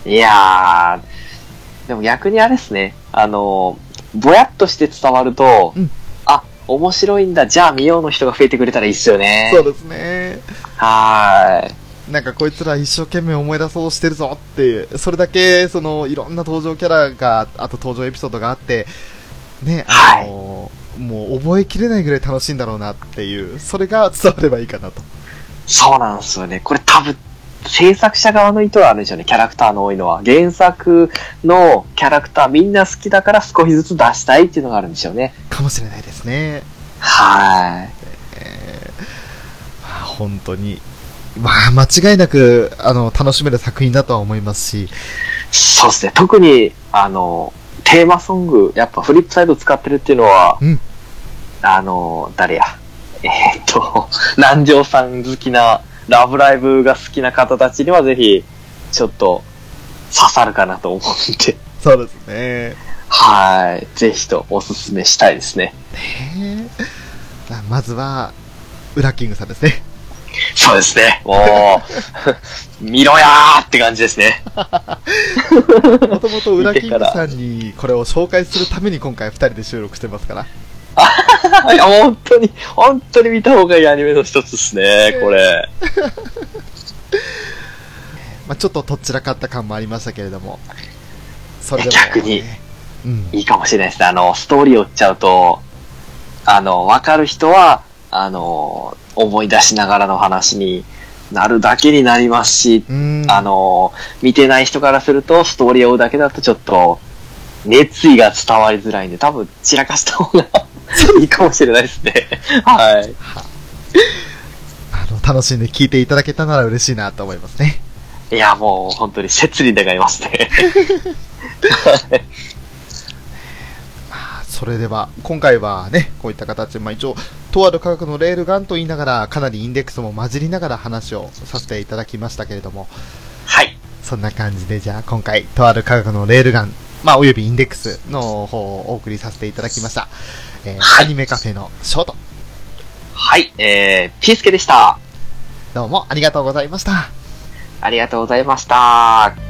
C: ー。いやー。でも逆にあれですね。あの、ぼやっとして伝わると、
B: うん
C: あ、面白いんだ、じゃあ見ようの人が増えてくれたらいいっすよね。
B: そうですね。
C: はーい。
B: なんかこいつら一生懸命思い出そうしてるぞっていう、それだけそのいろんな登場キャラが、あと登場エピソードがあって、ね、あの、もう覚えきれないぐらい楽しいんだろうなっていう、それが伝わればいいかなと。
C: そうなんですよね。これ多分、制作者側の意図はあるんでしょうね。キャラクターの多いのは。原作のキャラクターみんな好きだから少しずつ出したいっていうのがあるんでしょうね。
B: かもしれないですね。
C: は
B: まあ本当にまあ、間違いなく、あの、楽しめる作品だとは思いますし、
C: そうですね。特に、あの、テーマソング、やっぱフリップサイド使ってるっていうのは、
B: うん
C: あの、誰や。えーっと、 南條さん好きな、ラブライブが好きな方たちにはぜひ、ちょっと、刺さるかなと思うんで、
B: そうですね。
C: はい。ぜひとおすすめしたいですね。
B: ねえ まあまずは、ウラキングさんです ね。
C: そうですね。もう、 見ろやーって感じですね。
B: もともとウラキングさんにこれを紹介するために今回2人で収録してますから。
C: いや、本当に、本当に見た方がいいアニメの一つですね、これ。
B: まあ、ちょっととっちらかった感もありましたけれども。それでも、
C: 逆に。
B: うん。
C: いいかもしれないですね。あの、ストーリーを追っちゃうと、あの、わかる人は、あの、思い出しながらの話になるだけになりますし、
B: うん。
C: あの、見てない人からすると、ストーリーを追うだけだとちょっと、熱意が伝わりづらいんで、多分、散らかした方がいいかもしれないですね。はい。
B: あの、楽しんで聞いていただけたなら嬉しいなと思いますね。
C: いや、もう、本当に、切に願いますね。
B: まあ、それでは、今回はね、こういった形で、まあ一応、とある科学のレールガンと言いながら、かなりインデックスも混じりながら話をさせていただきましたけれども、
C: はい。
B: そんな感じで、じゃあ今回、とある科学のレールガン、まあ、およびインデックスの方をお送りさせていただきました。えー
C: はい
B: アニメカフェのショート、
C: はい。えー、ピースケでした。
B: どうもありがとうございました。
C: ありがとうございました。